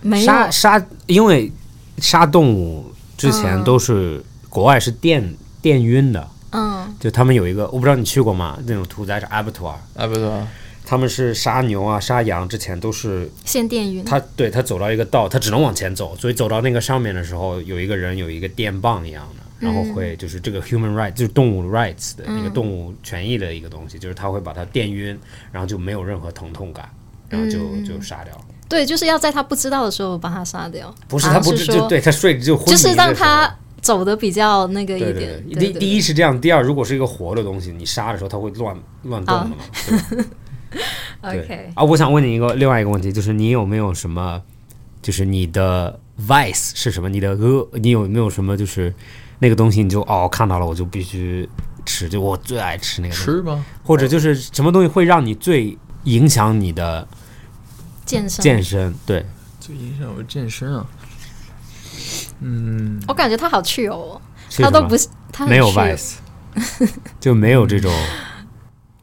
没有，
杀杀，因为杀动物之前都是、国外是电电晕的，
嗯
就他们有一个，我不知道你去过吗？那种屠宰场阿布图尔，
啊，不是吧？
他们是杀牛啊、杀羊之前都是
限电晕。
他对他走到一个道，他只能往前走，所以走到那个上面的时候，有一个人有一个电棒一样的，然
嗯
后会就是这个 human right 就是动物 rights 的那个动物权益的一个东西，就是他会把它电晕，然后就没有任何疼痛感，然后就、
嗯
就杀掉了。
对，就是要在它不知道的时候把它杀掉。
不是
好
他
像
不
啊是
知
说
就对他睡着就昏迷
就
的时候，
是让它走的比较那个一
对
点。
对，
对
第第一是这样，第二如果是一个活的东西，你杀的时候它会乱乱动的嘛。
啊
对吧对
OK，
啊，我想问你一个另外一个问题，就是你有没有什么，就是你的 vice 是什么？你的恶，你有没有什么就是那个东西你就哦看到了我就必须吃，就我最爱吃那个东西，
吃吗？
或者就是什么东西会让你最影响你的
健身。
健身？对，
最影响我健身 啊。嗯，
我感觉它好去哦，
是
它
什
都
么
不是它很
没有
去哦
vice，就没有这种。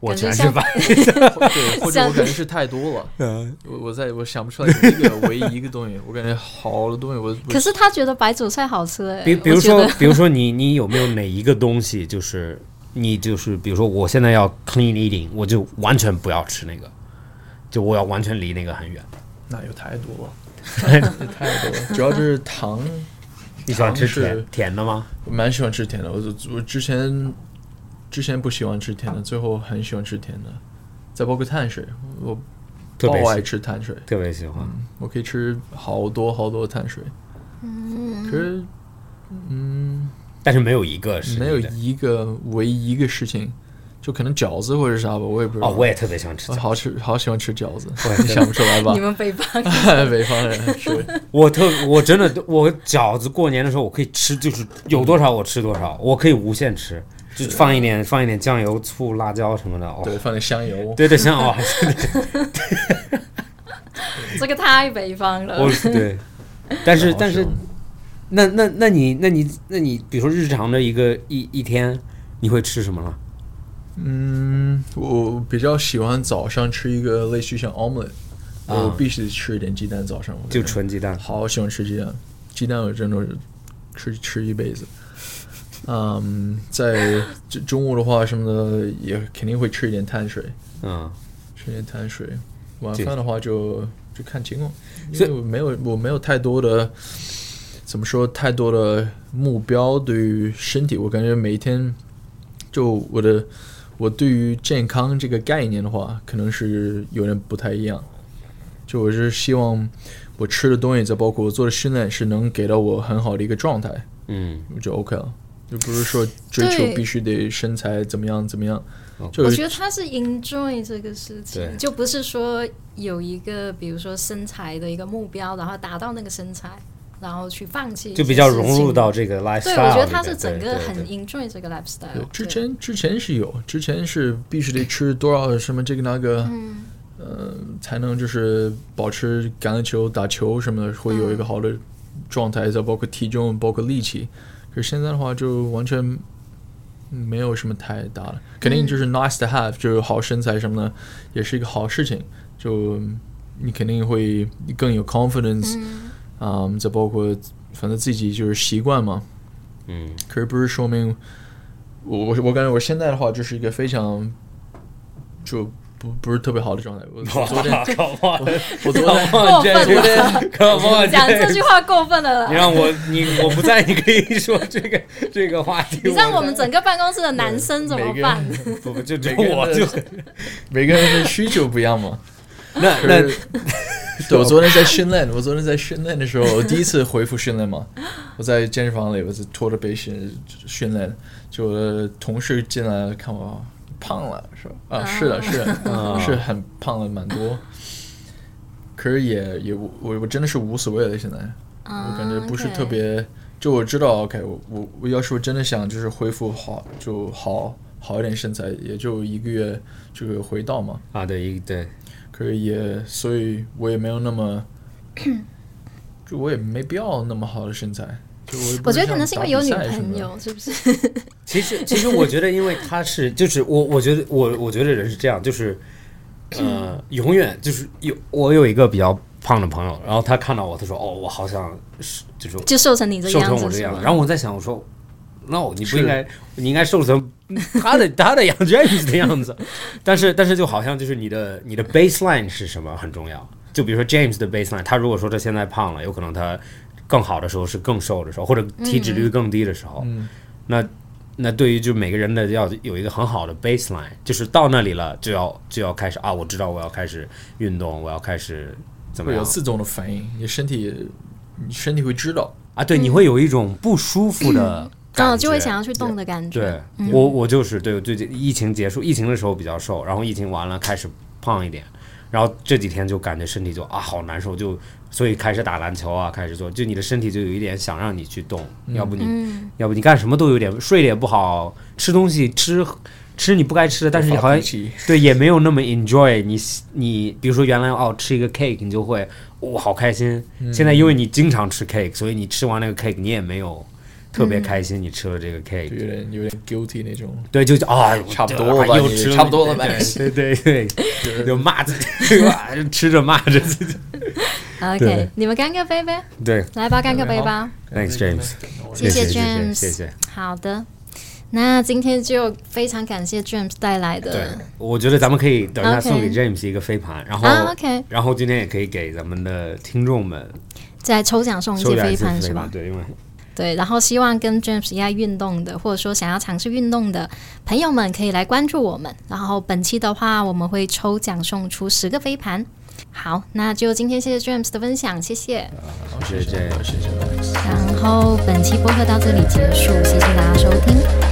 我
感觉
全是
像
vice，
或者或者我
像
感觉是太多了，
嗯
我我在我想不出来有一个唯一一个东西，我感觉好多东西我
可是他觉得白煮菜好吃哎、
比比如
我觉
说
得，
比如说你你有没有哪一个东西就是你就是比如说我现在要 clean eating，我就完全不要吃那个，就我要完全离那个很远。
那有太多了，太多了，主要就是糖，
你喜欢吃
尝试
甜甜的吗？
我 蛮喜欢吃甜的，我我之前哦之前不喜欢吃甜的，最后很喜欢吃甜的，再包括碳水，我
特别
爆爱
喜
吃碳水，
特别喜欢。
我可以吃好多好多碳水，可是
但是没有一个是
没有
你的
一个唯一一个事情，就可能饺子或者啥吧，我也不知道。
哦，我也特别喜欢吃
我
饺子，
好吃，好喜欢吃饺子，
我也
你
特
想不出来吧
你？们北方
北方人是，
我特我真的我饺子过年的时候我可以吃，就是有多少我吃多少，我可以无限吃，就放一点放一点酱油、醋、辣椒什么的。哦，
对，放点香油，
对对，像哦，
这个太北方了
我。对，但是
好
但是
爽
那那那你那你那你，比如说日常的一个一一天，你会吃什么了？
嗯，我比较喜欢早上吃一个类似于像 omelet，我
啊
必须得吃一点鸡蛋，早上我
就
觉得
纯鸡蛋。
好喜欢吃鸡蛋，鸡蛋我真的是吃吃一辈子。嗯，在这中午的话什么的也肯定会吃一点碳水，
嗯，
吃点碳水。晚
对
饭的话就就看情况，因
所
为
以
我没有我没有太多的怎么说太多的目标对于身体，我感觉每一天就我的我对于健康这个概念的话，可能是有点不太一样。就我是希望我吃的东西，再包括我做的训练，是能给到我很好的一个状态，
嗯，
我就 OK 了。就不是说追
对
求必须得身材怎么样怎么样，就
哦
我
是
觉得他是 enjoy 这个事
对
情，就不是说有一个比如说身材的一个目标，然后达到那个身材，然后去放弃一
就
些事情，
比较融入到这个 lifestyle
对，
里边。
我觉得他是整
对
个
对
很
对
enjoy 这个 lifestyle
对
对。，
之前之前是有，之前是必须得吃多少什么这个那个，呃，才能就是保持橄榄球、打球什么的，会有一个好的状态，再包括体重，包括力气。可是现在的话，就完全嗯没有什么太大了，肯定就是 nice to have，、就是好身材什么的，也是一个好事情。就你肯定会更有 confidence，啊、再包括反正自己就是习惯嘛，
嗯
可是不是说明我我我感觉我现在的话就是一个非常就不不是特别好的状态。我我 昨天
，Come on，
我昨天
Come on，
过分
James，Come on，
讲这
James
句话过分了
你
啦。
让我你我不在，你可以说这个这个话题。
你让我们整个办公室的男生怎么
每个
办？
人
不不就就
每个人
我
的
就
每个人的需求不一样嘛。
那
可
那
是对，我昨天在训练，我昨天在训练的时候，我第一次恢复训练嘛，我在健身房里，我是拖着背训训练，就我的同事进来看我胖了，说啊，是的，是的， 是很胖了蛮多，可是也也我我我真的是无所谓了，现在
嗯
我感觉不
啊
是特别，就我知道，OK，我我我要是我真的想就是恢复好就好好一点身材，也就一个月这个回到嘛。
啊对一对
可是也，所以我也没有那 么，就我也没必要那么好的身材。就我也不
我觉
像
得可能是因
打
为有
比
女
赛什么
朋
的，
友，是不 是？
其实，其实我觉得，因为他是，就是我，我觉得，我我觉得人是这样，就是，呃，永远就是有我有一个比较胖的朋友，然后他看到我，他说：“哦，我好想是就是
就瘦成你这个
瘦成
样
我
子
这
是
样。”
吧？
然后我在想，我说：“no，你不
是
应该，你应该瘦成他的他的样子 James 的样子。”但是，但是就好像就是你的你的 baseline 是什么很重要。就比如说 James 的 baseline，他如果说他现在胖了，有可能他更好的时候是更瘦的时候，或者
嗯
体脂率更低的时候。
嗯，
那那对于就每个人的要有一个很好的 baseline，就是到那里了就要就要开始啊，我知道我要开始运动，我要开始怎么
会有
样
自动的反应，你身体，你身体会知道。
啊？对，你会有一种不舒服的感觉，
嗯嗯，就会想要去动的感觉。
对、我我就是对，最近疫情结束，疫情的时候比较瘦，然后疫情完了开始胖一点，然后这几天就感觉身体就啊好难受，就所以开始打篮球啊，开始做，就你的身体就有一点想让你去动，要不你、要不你干什么都有点睡得也不好，吃东西吃吃你不该吃的，但是你
发
好像
脾气
对，也没有那么 enjoy 你喜。你比如说原来哦吃一个 cake，你就会哇、好开心。现在因为你经常吃 cake，所以你吃完那个 cake，你也没有特别开心。你吃了这个
就
cake，
有点有点 guilty 那种。
对，就啊，
差不
对
多了
啊
吧
又
你
吃了
差不多了吧
对 对对，对就骂自己，哇吃着骂着自己。对
OK，你们干个杯呗，
对
来吧，干个杯吧。
，Thanks James，
谢谢
谢
James
谢谢。
好的，那今天就非常感谢 James 带来
对
的，
我觉得咱们可以等一下
嗯 OK
送给 James 一个飞盘，然后
啊，OK，
然后今天也可以给咱们的听众们
在抽奖送一
抽
些
点
飞
一次
盘
飞
是
盘，
吧？
对，因为
对，然后希望跟 James 一样运动的，或者说想要尝试运动的朋友们，可以来关注我们。然后本期的话，我们会抽奖送出十个飞盘。好，那就今天谢谢 James 的分享，谢谢。
好，谢谢，
对对
谢谢 Max。
然后本期播客到这里结束，谢谢大家收听。